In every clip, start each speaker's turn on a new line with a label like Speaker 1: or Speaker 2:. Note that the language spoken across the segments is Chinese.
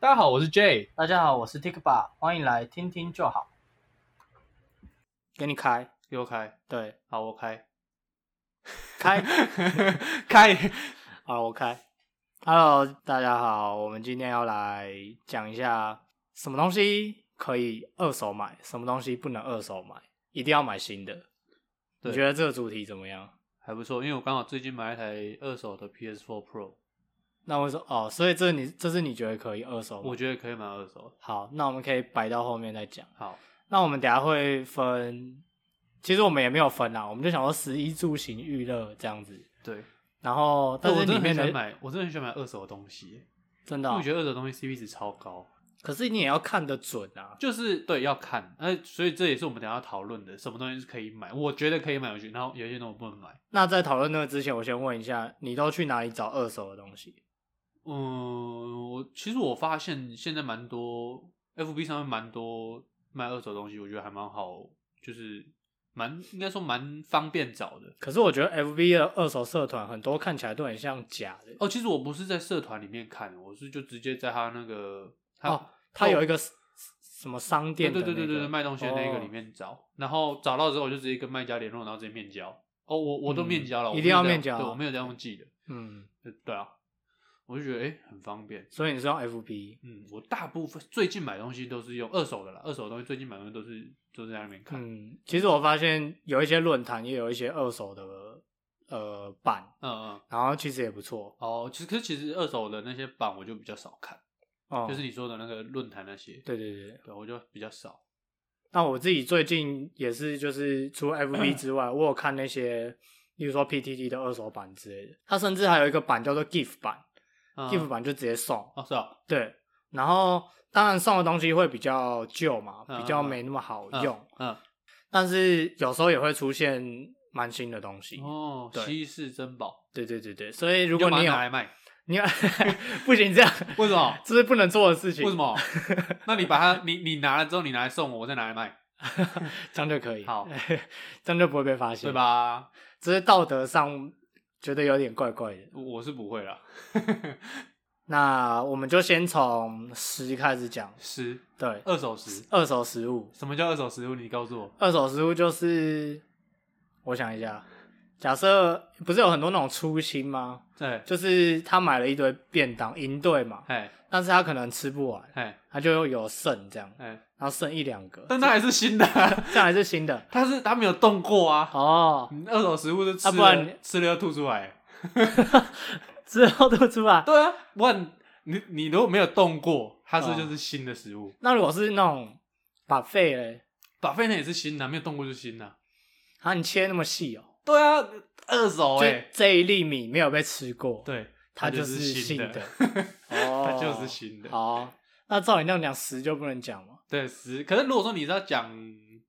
Speaker 1: 大家好，我是 J。
Speaker 2: 大家好，我是 Tikba，欢迎来听听就好。给你开，给我开，对，好，我 开，开，
Speaker 1: 开，
Speaker 2: 好，我开。Hello，大家好，我们今天要来讲一下什么东西可以二手买，什么东西不能二手买，一定要买新的。你
Speaker 1: 对
Speaker 2: 觉得这个主题怎么样？
Speaker 1: 还不错，因为我刚好最近买了一台二手的 PS4 Pro，
Speaker 2: 那我说哦，所以这你这是你觉得可以二手买？
Speaker 1: 我觉得可以买二手。
Speaker 2: 好，那我们可以摆到后面再讲。
Speaker 1: 好，
Speaker 2: 那我们等一下会分，其实我们也没有分啊啦，我们就想说食衣住行娱乐这样子。
Speaker 1: 对，
Speaker 2: 然后，但
Speaker 1: 但
Speaker 2: 是
Speaker 1: 哦我真的很啊
Speaker 2: 里面
Speaker 1: 喜
Speaker 2: 的
Speaker 1: 欢买，我真的很喜欢买二手的东西耶，
Speaker 2: 真的
Speaker 1: 因
Speaker 2: 哦、
Speaker 1: 为我觉得二手的东西 CP 值超高。
Speaker 2: 可是你也要看得准啊。
Speaker 1: 就是对，要看，呃，所以这也是我们等一下要讨论的，什么东西是可以买，我觉得可以买，我觉得然后有一些东西我不能买。
Speaker 2: 那在讨论那个之前，我先问一下，你都去哪里找二手的东西？
Speaker 1: 嗯，我其实我发现现在蛮多 FB 上面蛮多卖二手的东西，我觉得还蛮好，就是蛮应该说蛮方便找的。
Speaker 2: 可是我觉得 FB 的二手社团很多看起来都很像假的。
Speaker 1: 哦，其实我不是在社团里面看，我是就直接在他那个他、
Speaker 2: 哦，它有一个 s- s- 什么商
Speaker 1: 对
Speaker 2: 店
Speaker 1: 对
Speaker 2: 的、那个
Speaker 1: 对对对对卖东西的那个
Speaker 2: 哦
Speaker 1: 里面找，然后找到之后我就直接跟卖家联络，然后直接面交。哦，我我都面交了，
Speaker 2: 嗯
Speaker 1: 我
Speaker 2: 一定要
Speaker 1: 没有在
Speaker 2: 面交
Speaker 1: 对我没有在用寄的，
Speaker 2: 嗯，
Speaker 1: 呃对啊，我就觉得哎、诶很方便。
Speaker 2: 所以你是用 FB，
Speaker 1: 嗯，我大部分最近买东西都是用二手的啦，二手的东西最近买东西都是都是在那边看。
Speaker 2: 嗯，其实我发现有一些论坛也有一些二手的呃版，
Speaker 1: 嗯嗯，
Speaker 2: 然后其实也不错
Speaker 1: 哦，其实可是其实二手的那些版我就比较少看，
Speaker 2: 哦。
Speaker 1: 就是你说的那个论坛那些，
Speaker 2: 对对对，
Speaker 1: 对我就比较少。
Speaker 2: 那我自己最近也是就是除 了 FB 之外，我有看那些，例如说 PTT 的二手版之类的，它甚至还有一个版叫做 GIF 版、
Speaker 1: 嗯
Speaker 2: g i f 版就直接送，
Speaker 1: 哦是啊，
Speaker 2: 对，然后当然送的东西会比较旧嘛，
Speaker 1: 嗯
Speaker 2: 比较没那么好
Speaker 1: 嗯
Speaker 2: 用，
Speaker 1: 嗯，
Speaker 2: 但是有时候也会出现蛮新的东西，
Speaker 1: 哦，
Speaker 2: 对
Speaker 1: 稀世珍宝，
Speaker 2: 对对对对，所以如
Speaker 1: 如
Speaker 2: 果
Speaker 1: 你就
Speaker 2: 你
Speaker 1: 把
Speaker 2: 有
Speaker 1: 它拿来卖，
Speaker 2: 你要不行这样，
Speaker 1: 为什么？
Speaker 2: 这是不能做的事情。
Speaker 1: 为什？ 么？那你把它，你你拿了之后，你拿来送我，我再拿来卖，
Speaker 2: 这样就可以。
Speaker 1: 好，
Speaker 2: 这样就不会被发现，
Speaker 1: 对？吧？
Speaker 2: 只是道德上觉得有点怪怪的。
Speaker 1: 我我是不会啦。
Speaker 2: 那我们就先从食开始讲。
Speaker 1: 十
Speaker 2: 对，
Speaker 1: 二手十，
Speaker 2: 二手食物，
Speaker 1: 什么叫二手食物？你告诉我。
Speaker 2: 二手食物就是，我想一下，假设不是有很多那种粗心吗？
Speaker 1: 对，
Speaker 2: 就是他买了一堆便当应对嘛，
Speaker 1: 哎
Speaker 2: 但是他可能吃不完，
Speaker 1: 哎
Speaker 2: 他就有剩这样，
Speaker 1: 哎，
Speaker 2: 然后剩一两个，
Speaker 1: 但它还是新的啊，
Speaker 2: 这样还是新的
Speaker 1: 它是它没有动过啊。
Speaker 2: 哦。
Speaker 1: 你二手食物是吃
Speaker 2: 啊不然
Speaker 1: 了吃了要吐出来。
Speaker 2: 之后都出来。
Speaker 1: 对啊，不然你你如果没有动过，它是
Speaker 2: 哦
Speaker 1: 就是新的食物。
Speaker 2: 那如果是那种把肺嘞，
Speaker 1: 把费那也是新的啊，没有动过就新的啊。
Speaker 2: 啊，你切那么细哦、
Speaker 1: 对啊，二手
Speaker 2: 就
Speaker 1: 哎，
Speaker 2: 这一粒米没有被吃过，
Speaker 1: 对，
Speaker 2: 它
Speaker 1: 就
Speaker 2: 就是
Speaker 1: 新
Speaker 2: 新
Speaker 1: 的
Speaker 2: 的，哦
Speaker 1: 它就是新的。
Speaker 2: 好，那照你那样讲，十就不能讲嘛。
Speaker 1: 对，食。可是如果说你是要讲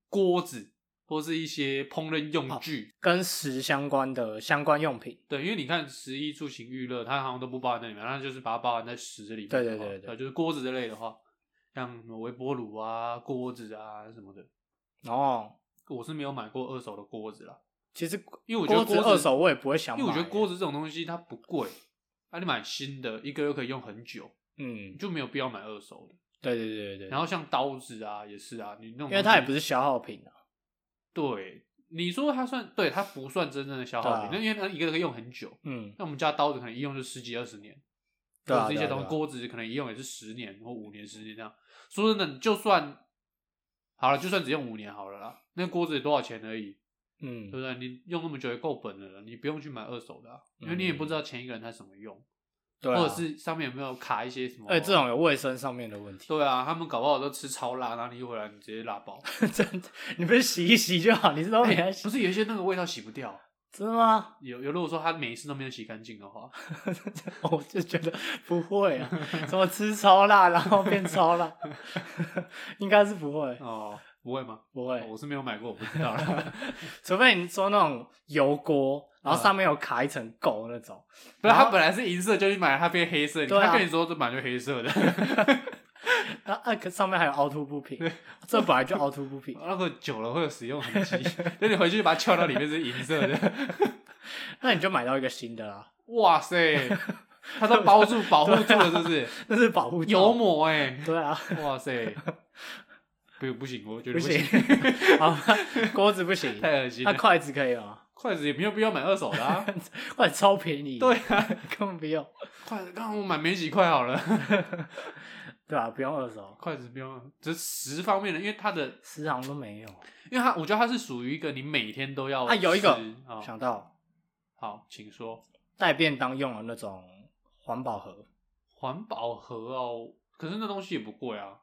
Speaker 1: 锅子或是一些烹饪
Speaker 2: 哦
Speaker 1: 用具，
Speaker 2: 跟食相关的相关用品，
Speaker 1: 对，因为你看食衣住行娱乐，它好像都不包含在里面，它就是把它包含在食里面的话。
Speaker 2: 对对对对
Speaker 1: 就是锅子之类的话，像什么微波炉啊、锅子啊什么的，
Speaker 2: 哦，
Speaker 1: 我是没有买过二手的锅子啦，
Speaker 2: 其实
Speaker 1: 因为我觉得
Speaker 2: 锅
Speaker 1: 锅
Speaker 2: 子二手我也不会想买
Speaker 1: 因为我觉得锅子这种东西它不贵，啊，你买新的一个又可以用很久，你
Speaker 2: 嗯，
Speaker 1: 就没有必要买二手的。
Speaker 2: 对对对对对，
Speaker 1: 然后像刀子啊也是啊，你那种
Speaker 2: 因为它也
Speaker 1: 东西
Speaker 2: 不是消耗品啊，
Speaker 1: 对，你说它算对，它不算真正的消耗品，
Speaker 2: 对
Speaker 1: 那、
Speaker 2: 啊
Speaker 1: 因为它一个可以用很久。
Speaker 2: 嗯，
Speaker 1: 那我们家刀子可能一用就十几二十年，
Speaker 2: 对啊
Speaker 1: 或者是一些
Speaker 2: 对啊
Speaker 1: 东西
Speaker 2: 对啊
Speaker 1: 锅子可能一用也是十年或五年、十年这样。说真的，你就算好了，就算只用五年好了啦，那锅子也多少钱而已，
Speaker 2: 嗯
Speaker 1: 对不，对？你用那么久也够本了啦，你不用去买二手的啊、因为你也不知道前一个人他什么用，
Speaker 2: 嗯对啊，
Speaker 1: 或者是上面有没有卡一些什么。
Speaker 2: 哎，这种有卫生上面的问题，
Speaker 1: 对啊，他们搞不好都吃超辣，然后你一回来你直接辣 爆。
Speaker 2: 真的，你不是洗一洗就好，你知道没
Speaker 1: 哎
Speaker 2: 洗
Speaker 1: 不，是有一些那个味道洗不掉，啊
Speaker 2: 真的吗？
Speaker 1: 有有如果说他每一次都没有洗干净的话，
Speaker 2: 我就觉得不会啊，怎么吃超辣然后变超辣， 应该是不会，
Speaker 1: 哦， 不会吗？
Speaker 2: 不
Speaker 1: 哦
Speaker 2: 会，
Speaker 1: 我是没有买过，我不知道 啦。
Speaker 2: 除非你说那种油锅，然后上面有卡一层垢那种，
Speaker 1: 不是，他本来是银色，就去买了它变黑色。你
Speaker 2: 对啊
Speaker 1: 他跟你说这本来就黑色的，
Speaker 2: 那啊可上面还有凹凸不平，这本来就凹凸不平，
Speaker 1: 那个久了会有使用痕 迹。等你回去把它撬到里面是银色的，
Speaker 2: 那你就买到一个新的啦。
Speaker 1: 哇塞！他都包住、保护住了，是不 是？
Speaker 2: 那是保护罩
Speaker 1: 油膜哎、
Speaker 2: 对啊，
Speaker 1: 哇塞，不不行，我觉得
Speaker 2: 不
Speaker 1: 行，
Speaker 2: 行，好，锅子不行，
Speaker 1: 太恶心
Speaker 2: 那
Speaker 1: 了。
Speaker 2: 筷子可以吗？
Speaker 1: 筷子也没有必要买二手的、啊，
Speaker 2: 筷子超便宜，
Speaker 1: 对，啊，
Speaker 2: 根本不用，
Speaker 1: 筷子，刚好我买免洗筷好了，
Speaker 2: 对啊，不用二手，
Speaker 1: 筷子不用，这十方面的，因为它的，
Speaker 2: 食堂都没有。
Speaker 1: 因为它，我觉得它是属于一个你每天都要
Speaker 2: 啊有一个
Speaker 1: 吃好，
Speaker 2: 想到
Speaker 1: 好，请说
Speaker 2: 带便当用的那种环保盒
Speaker 1: 环保盒哦，可是那东西也不贵啊，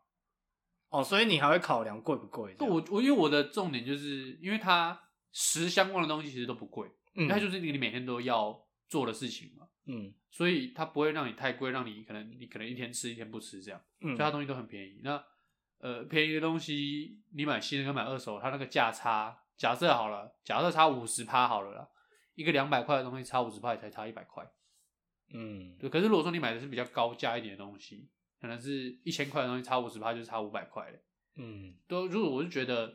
Speaker 2: 哦，所以你还会考量贵不贵这
Speaker 1: 对
Speaker 2: 样？
Speaker 1: 我我因为我的重点就是因为它食相关的东西其实都不贵，
Speaker 2: 嗯
Speaker 1: 它就是你每天都要做的事情嘛，
Speaker 2: 嗯
Speaker 1: 所以它不会让你太贵，让你可能你可能一天吃一天不吃这样，所
Speaker 2: 嗯
Speaker 1: 以它东西都很便宜。那呃便宜的东西你买新的跟买二手，它那个价差，假设好了，假设差五十趴好了啦，一个两百块的东西差五十趴也才差一百块，
Speaker 2: 嗯
Speaker 1: 对。可是如果说你买的是比较高价一点的东西，可能是一千块的东西差五十趴就差五百块了。
Speaker 2: 嗯
Speaker 1: 都如果我是觉得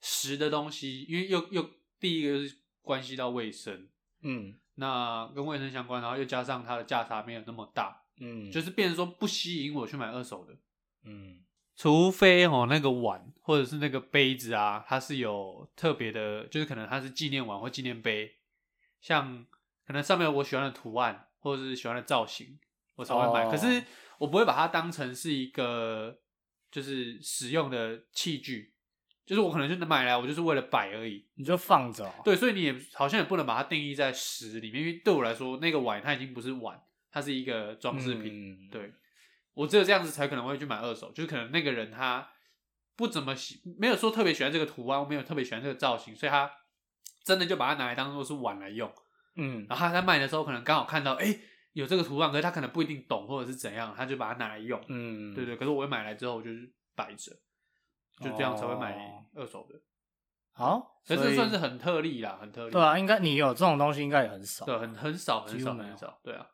Speaker 1: 食的东西，因为又又第一个就是关系到卫生，
Speaker 2: 嗯
Speaker 1: 那跟卫生相关，然后又加上它的价差没有那么大，
Speaker 2: 嗯，
Speaker 1: 就是变成说不吸引我去买二手的，
Speaker 2: 嗯
Speaker 1: 除非哦那个碗或者是那个杯子啊，它是有特别的，就是可能它是纪念碗或纪念杯，像可能上面有我喜欢的图案或者是喜欢的造型，我才会买。
Speaker 2: 哦
Speaker 1: 可是我不会把它当成是一个就是使用的器具，就是我可能就买来我就是为了摆而已。
Speaker 2: 你就放着哦、
Speaker 1: 对，所以你也好像也不能把它定义在食里面，因为对我来说那个碗它已经不是碗，它是一个装饰品。
Speaker 2: 嗯，
Speaker 1: 对，我只有这样子才可能会去买二手，就是可能那个人他不怎么喜，没有说特别喜欢这个图案，没有特别喜欢这个造型，所以他真的就把它拿来当做是碗来用。
Speaker 2: 嗯
Speaker 1: 然后他在卖的时候，可能刚好看到，哎、有这个图案，可是他可能不一定懂或者是怎样，他就把它拿来用。
Speaker 2: 嗯，
Speaker 1: 对对，可是我会买来之后我就是摆着，就这样才会买
Speaker 2: 哦
Speaker 1: 二手的。
Speaker 2: 好，
Speaker 1: 可是
Speaker 2: 所
Speaker 1: 这
Speaker 2: 以
Speaker 1: 算是很特例啦，很特例。
Speaker 2: 对啊，应该你有这种东西应该也很少，
Speaker 1: 对，很很少很
Speaker 2: 几乎
Speaker 1: 少
Speaker 2: 没有
Speaker 1: 很少，对啊，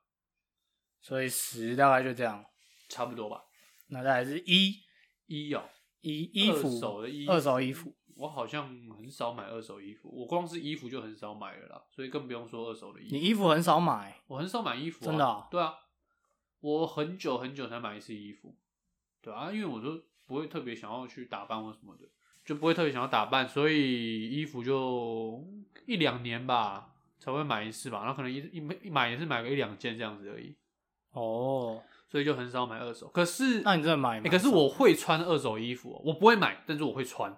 Speaker 2: 所以十大概就这样。
Speaker 1: 差不多吧。
Speaker 2: 那再来是一
Speaker 1: 一哦有
Speaker 2: 衣衣服
Speaker 1: 二手的衣
Speaker 2: 二手衣服，
Speaker 1: 我好像很少买二手衣服，我光是衣服就很少买了啦，所以更不用说二手的衣服。
Speaker 2: 你衣服很少买，
Speaker 1: 我很少买衣服、啊，
Speaker 2: 真的哦
Speaker 1: 对啊，我很久很久才买一次衣服，对啊，因为我都不会特别想要去打扮或什么的，就不会特别想要打扮，所以衣服就一两年吧才会买一次吧，然后可能一一一买也是买个一两件这样子而已，
Speaker 2: 哦，
Speaker 1: 所以就很少买二手。可是
Speaker 2: 那你真的买
Speaker 1: 欸
Speaker 2: 吗？
Speaker 1: 可是我会穿二手衣服哦、我不会买，但是我会穿，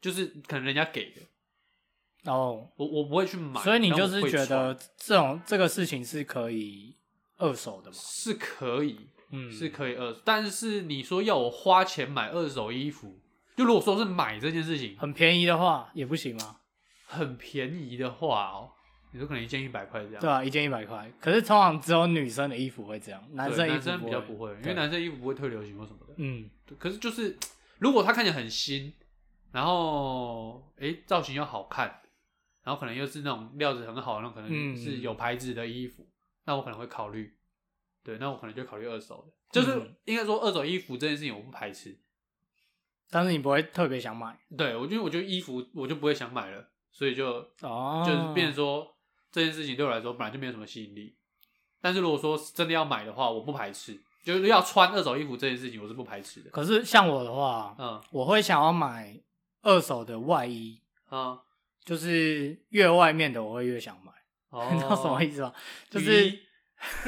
Speaker 1: 就是可能人家给的，
Speaker 2: 哦，
Speaker 1: 我我不会去买。
Speaker 2: 所以你
Speaker 1: 但
Speaker 2: 就
Speaker 1: 我
Speaker 2: 是
Speaker 1: 会
Speaker 2: 觉得
Speaker 1: 穿
Speaker 2: 这种这个事情是可以二手的嘛？
Speaker 1: 是可以，
Speaker 2: 嗯，
Speaker 1: 是可以二手，但是你说要我花钱买二手衣服，就如果说是买这件事情
Speaker 2: 很便宜的话也不行吗？
Speaker 1: 很便宜的话哦，你说可能一件一百块这样，
Speaker 2: 对啊，一件一百块，可是通常只有女生的衣服会这样，男
Speaker 1: 对
Speaker 2: 生衣
Speaker 1: 男
Speaker 2: 服
Speaker 1: 生比较不会，因为
Speaker 2: 对
Speaker 1: 男生衣服不会退流行或什么的。
Speaker 2: 嗯
Speaker 1: 对可是就是如果它看起来很新，然后诶造型又好看，然后可能又是那种料子很好，那种可能
Speaker 2: 嗯
Speaker 1: 是有牌子的衣服，那我可能会考虑，对，那我可能就考虑二手的，就是
Speaker 2: 嗯
Speaker 1: 应该说二手衣服这件事情我不排斥，
Speaker 2: 但是你不会特别想买
Speaker 1: 对我因为我觉得衣服我就不会想买了，所以就
Speaker 2: 哦，
Speaker 1: 就是变成说这件事情对我来说本来就没有什么吸引力，但是如果说真的要买的话，我不排斥，就是要穿二手衣服这件事情我是不排斥的，
Speaker 2: 可是像我的话，
Speaker 1: 嗯
Speaker 2: 我会想要买二手的外衣，
Speaker 1: 嗯，
Speaker 2: 就是越外面的我会越想买，
Speaker 1: 哦，
Speaker 2: 你知道什么意思吗？就
Speaker 1: 雨
Speaker 2: 是啊
Speaker 1: 衣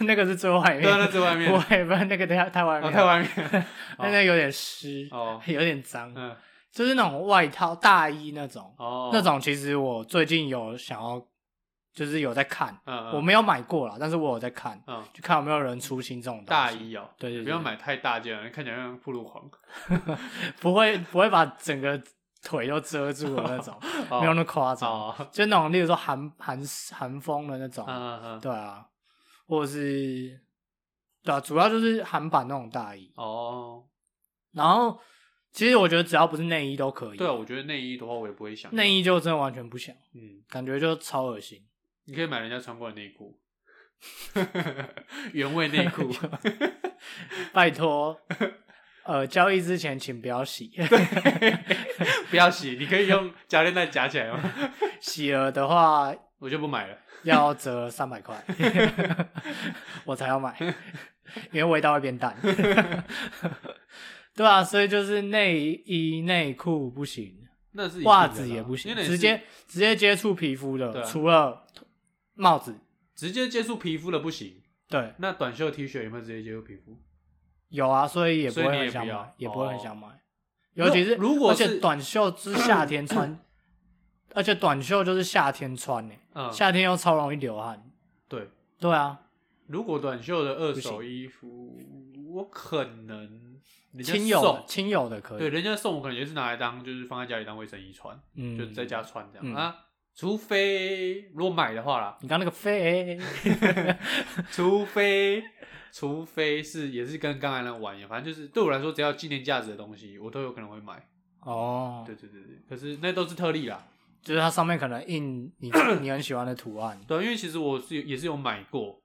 Speaker 2: 那个是 最外面，
Speaker 1: 对啊那最外面
Speaker 2: 我也不然那个太太外
Speaker 1: 啊，
Speaker 2: 面，
Speaker 1: 太外面，
Speaker 2: 那个有点湿，
Speaker 1: 哦
Speaker 2: 有点脏，
Speaker 1: 嗯，
Speaker 2: 就是那种外套、大衣那种，
Speaker 1: 哦，
Speaker 2: 那，种其实我最近有想要，就是有在看，
Speaker 1: 嗯，嗯
Speaker 2: 我，没有买过啦，但是我有在看，
Speaker 1: 嗯，
Speaker 2: 就看有没有人出新这种东西
Speaker 1: 大，衣哦，
Speaker 2: 对对对
Speaker 1: 不要买太大件了，看起来像铺路 狂，
Speaker 2: 不会不会把整个腿都遮住的那种，没有那么夸张，
Speaker 1: 哦，
Speaker 2: 就那种例如说寒寒寒风的那种，
Speaker 1: 嗯嗯，嗯
Speaker 2: 对啊，或者是对啊，主要就是韩版那种大衣。
Speaker 1: 哦，
Speaker 2: 然后其实我觉得只要不是内衣都可以，
Speaker 1: 对啊，我觉得内衣的话我也不会想
Speaker 2: 内，衣就真的完全不想，
Speaker 1: 嗯，
Speaker 2: 感觉就超恶心。
Speaker 1: 你可以买人家穿过的内裤。原味内裤，
Speaker 2: 拜托，呃，交易之前请不要洗，
Speaker 1: 不要洗，你可以用夹链袋夹起来吗？
Speaker 2: 洗了的话
Speaker 1: 我就不买了。
Speaker 2: 要折三百 块，我才要买，因为味道会变淡。 对啊，所以就是内衣内裤不行，
Speaker 1: 那是一定的啦
Speaker 2: 袜子也不行，
Speaker 1: 因为你是
Speaker 2: 直接直接接触皮肤的，
Speaker 1: 对啊
Speaker 2: 除了帽子，
Speaker 1: 直接接触皮肤的不行。
Speaker 2: 对，
Speaker 1: 那短袖 T 恤有没有直接接触皮肤？
Speaker 2: 有啊，所以也不
Speaker 1: 所以
Speaker 2: 会
Speaker 1: 你也
Speaker 2: 很想
Speaker 1: 不要
Speaker 2: 买，也不会很
Speaker 1: 哦
Speaker 2: 想买，尤其是
Speaker 1: 如果
Speaker 2: 而且
Speaker 1: 是
Speaker 2: 短袖是夏天穿，而且短袖就是夏天穿呢、
Speaker 1: 嗯，
Speaker 2: 夏天又超容易流汗。
Speaker 1: 对。
Speaker 2: 对啊，
Speaker 1: 如果短袖的二手衣服，我可能人家
Speaker 2: 亲友的
Speaker 1: 送，
Speaker 2: 亲友的可
Speaker 1: 对，
Speaker 2: 以，
Speaker 1: 人家送我可能也是拿来当，就是放在家里当卫生衣穿，
Speaker 2: 嗯，
Speaker 1: 就在家穿这样、
Speaker 2: 嗯
Speaker 1: 啊。除非如果买的话 啦，
Speaker 2: 你刚那个 飞，
Speaker 1: 除非除非是也是跟刚才那个玩一样，反正就是对我来说，只要有纪念价值的东西，我都有可能会买。
Speaker 2: 哦，
Speaker 1: 对对对对，可是那都是特例啦。
Speaker 2: 就是它上面可能印 你你很喜欢的图案，
Speaker 1: 对，啊因为其实我是有也是有买过，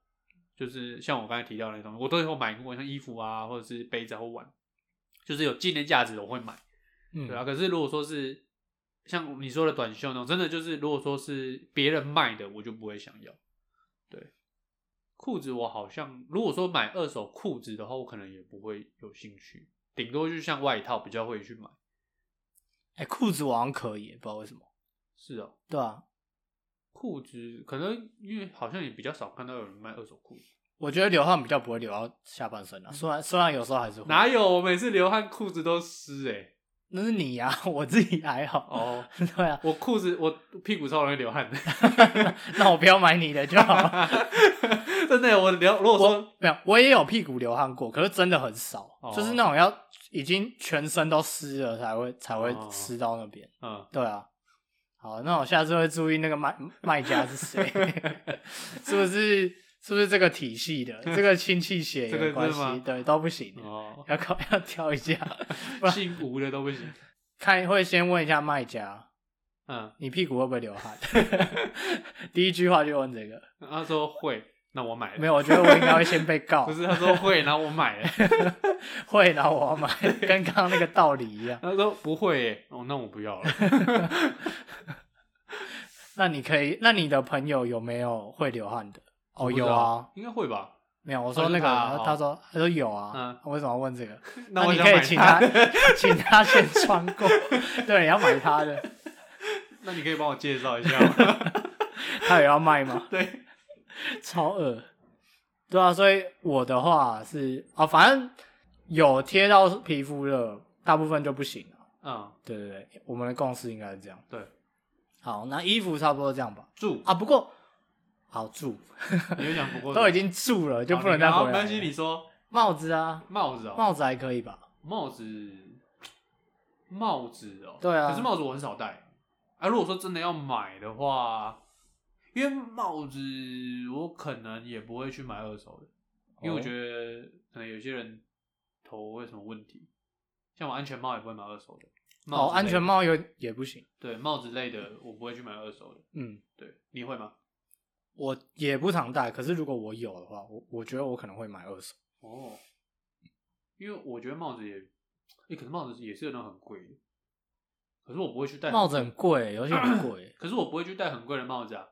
Speaker 1: 就是像我刚才提到的那种，我都有买过，像衣服啊，或者是杯子啊或碗，就是有纪念价值的我会买，
Speaker 2: 嗯，
Speaker 1: 对啊。可是如果说是像你说的短袖那种，真的就是如果说是别人卖的，我就不会想要。对，裤子我好像如果说买二手裤子的话，我可能也不会有兴趣，顶多就像外套比较会去买。
Speaker 2: 哎、裤子我好像可以，不知道为什么，
Speaker 1: 是哦，
Speaker 2: 对啊，
Speaker 1: 裤子可能因为好像也比较少看到有人卖二手裤。
Speaker 2: 我觉得流汗比较不会流到下半身啊，虽然虽然有时候还是会，
Speaker 1: 嗯哪有？我每次流汗裤子都湿哎、
Speaker 2: 那是你呀、 我自己还好，
Speaker 1: 哦，
Speaker 2: 对啊，
Speaker 1: 我裤子我屁股超容易流汗的，
Speaker 2: 那我不要买你的就好了。
Speaker 1: 真的。我流如果说
Speaker 2: 没有，我也有屁股流汗过，可是真的很少，
Speaker 1: 哦
Speaker 2: 就是那种要已经全身都湿了才会才会
Speaker 1: 哦
Speaker 2: 湿到那边。
Speaker 1: 嗯，
Speaker 2: 对啊，好，那我下次会注意那个卖卖家是 谁，是不是是不是这个体系的，这个亲戚血
Speaker 1: 这个
Speaker 2: 有关
Speaker 1: 是吗
Speaker 2: 系，对，都不行，
Speaker 1: 哦，
Speaker 2: 要考要挑一下，嗯不然
Speaker 1: 姓吴的都不行。
Speaker 2: 看会先问一下卖家，
Speaker 1: 嗯，
Speaker 2: 你屁股会不会流汗？ 第一句话就问这个，
Speaker 1: 他说会，那我买了。
Speaker 2: 没有，我觉得我应该会先被 告，
Speaker 1: 不是他说会，然后我买了。
Speaker 2: 会，然后我要买，跟刚刚那个道理一样。
Speaker 1: 他说不会耶，哦，那我不要了。
Speaker 2: 那你可以，那你的朋友有没有会流汗的？
Speaker 1: 我
Speaker 2: 哦，
Speaker 1: 不知
Speaker 2: 有
Speaker 1: 道
Speaker 2: 啊，，
Speaker 1: 应该会吧？
Speaker 2: 没有，我
Speaker 1: 哦
Speaker 2: 说
Speaker 1: 是
Speaker 2: 那个，
Speaker 1: 他哦
Speaker 2: 他说他说有啊
Speaker 1: 嗯，
Speaker 2: 我为什么要问这个？
Speaker 1: 那我
Speaker 2: 你
Speaker 1: 想
Speaker 2: 可以
Speaker 1: 买
Speaker 2: 请
Speaker 1: 它
Speaker 2: 他，请他先穿过， 对，你要买他的，
Speaker 1: 那你可以帮我介绍一下 吗？
Speaker 2: 他也要 卖吗？
Speaker 1: 对，
Speaker 2: 超恶，对啊，所以我的话是啊、反正有贴到皮肤的，大部分就不行了。
Speaker 1: 嗯，
Speaker 2: 对对对，我们的共识应该是这样。
Speaker 1: 对，
Speaker 2: 好，那衣服差不多这样吧。
Speaker 1: 住，
Speaker 2: 啊，不过好住，
Speaker 1: 你又讲不过，
Speaker 2: 都已经住了，就
Speaker 1: 好
Speaker 2: 不能
Speaker 1: 你
Speaker 2: 再
Speaker 1: 好
Speaker 2: 回
Speaker 1: 没
Speaker 2: 来
Speaker 1: 关系，
Speaker 2: 了。
Speaker 1: 你说
Speaker 2: 帽子啊，
Speaker 1: 帽子哦，
Speaker 2: 帽子还可以吧？
Speaker 1: 帽子，帽子哦，
Speaker 2: 对啊
Speaker 1: 可是帽子我很少戴。啊，如果说真的要买的话，因为帽子我可能也不会去买二手的，
Speaker 2: 哦
Speaker 1: 因为我觉得
Speaker 2: 得
Speaker 1: 可能有些人头会有什么问题，像我安全帽也不会买二手的，帽
Speaker 2: 哦，
Speaker 1: 子类
Speaker 2: 安全帽有也不行。
Speaker 1: 对帽子类的我不会去买二手的，
Speaker 2: 嗯，
Speaker 1: 对，你会吗？
Speaker 2: 我也不常戴，可是如果我有的话，我我觉得我可能会买二手。
Speaker 1: 哦，因为我觉得帽子也，诶，可是帽子也是有那种很贵的，可是我不会去戴很。
Speaker 2: 帽子很贵，尤其很贵
Speaker 1: 可是我不会去戴很贵的帽子啊，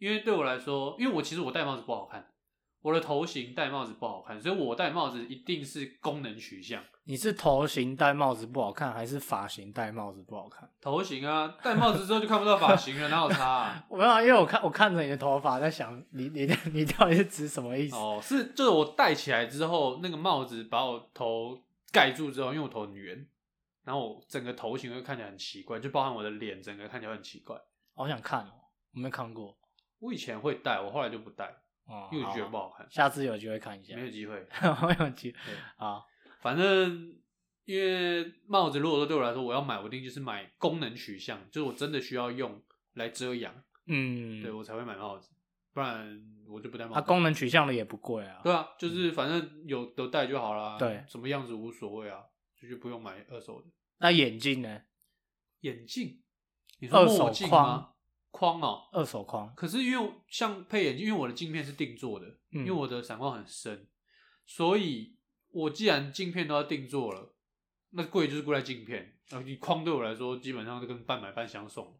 Speaker 1: 因为对我来说，因为我其实我戴帽子不好看，我的头型戴帽子不好看，所以我戴帽子一定是功能取向，
Speaker 2: 你是头型戴帽子不好看，还是发型戴帽子不好看？
Speaker 1: 头型啊，戴帽子之后就看不到发型了，哪有差、啊？
Speaker 2: 我没有，因为我看我看着你的头发，在想你你你到底是指什么意思？
Speaker 1: 哦，是就是我戴起来之后，那个帽子把我头盖住之后，因为我头很圆，然后我整个头型会看起来很奇怪，就包含我的脸整个看起来很奇怪。
Speaker 2: 好想看哦，我没看过。
Speaker 1: 我以前会戴，我后来就不戴，
Speaker 2: 哦，
Speaker 1: 因为我觉得
Speaker 2: 好啊
Speaker 1: 不好看，
Speaker 2: 下次有机会看一下
Speaker 1: 没。有机会。
Speaker 2: 我有机会
Speaker 1: 对
Speaker 2: 啊，
Speaker 1: 反正因为帽子，如果说对我来说，我要买，我一定就是买功能取向，就是我真的需要用来遮阳，
Speaker 2: 嗯，
Speaker 1: 对我才会买帽子，不然我就不戴帽
Speaker 2: 它
Speaker 1: 子。
Speaker 2: 功能取向的也不贵啊。
Speaker 1: 对啊，就是反正有有戴就好啦，
Speaker 2: 对
Speaker 1: 什么样子无所谓啊，就是不用买二手的
Speaker 2: 那眼镜呢？
Speaker 1: 眼镜。你
Speaker 2: 二
Speaker 1: 说
Speaker 2: 手
Speaker 1: 墨镜吗？框哦，
Speaker 2: 二手框，
Speaker 1: 可是因为像配眼镜，因为我的镜片是定做的，
Speaker 2: 嗯
Speaker 1: 因为我的散光很深，所以我既然镜片都要定做了，那贵就是贵在镜片。然后你框对我来说，基本上就跟半买半相送。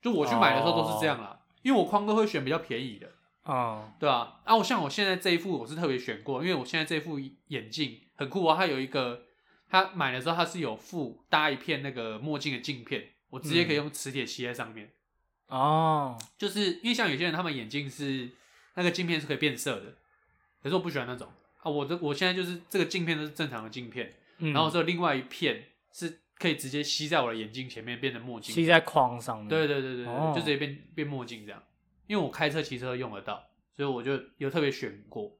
Speaker 1: 就我去买的时候都是这样啦，因为我框哥会选比较便宜的，
Speaker 2: 嗯，
Speaker 1: 对啊，啊，我像我现在这一副我是特别选过，因为我现在这副眼镜很酷哦，它有一个，它买的时候它是有附搭一片那个墨镜的镜片，我直接可以用磁铁吸在上面，
Speaker 2: 哦，
Speaker 1: 就是因为像有些人他们眼镜是那个镜片是可以变色的，可是我不喜欢那种啊，我的我现在就是这个镜片都是正常的镜片，
Speaker 2: 嗯
Speaker 1: 然后是有另外一片是可以直接吸在我的眼镜前面变成墨镜，
Speaker 2: 吸在框上面，
Speaker 1: 对对对对，对
Speaker 2: 哦
Speaker 1: 就直接变变墨镜这样。因为我开车、骑车用得到，所以我就有特别选过。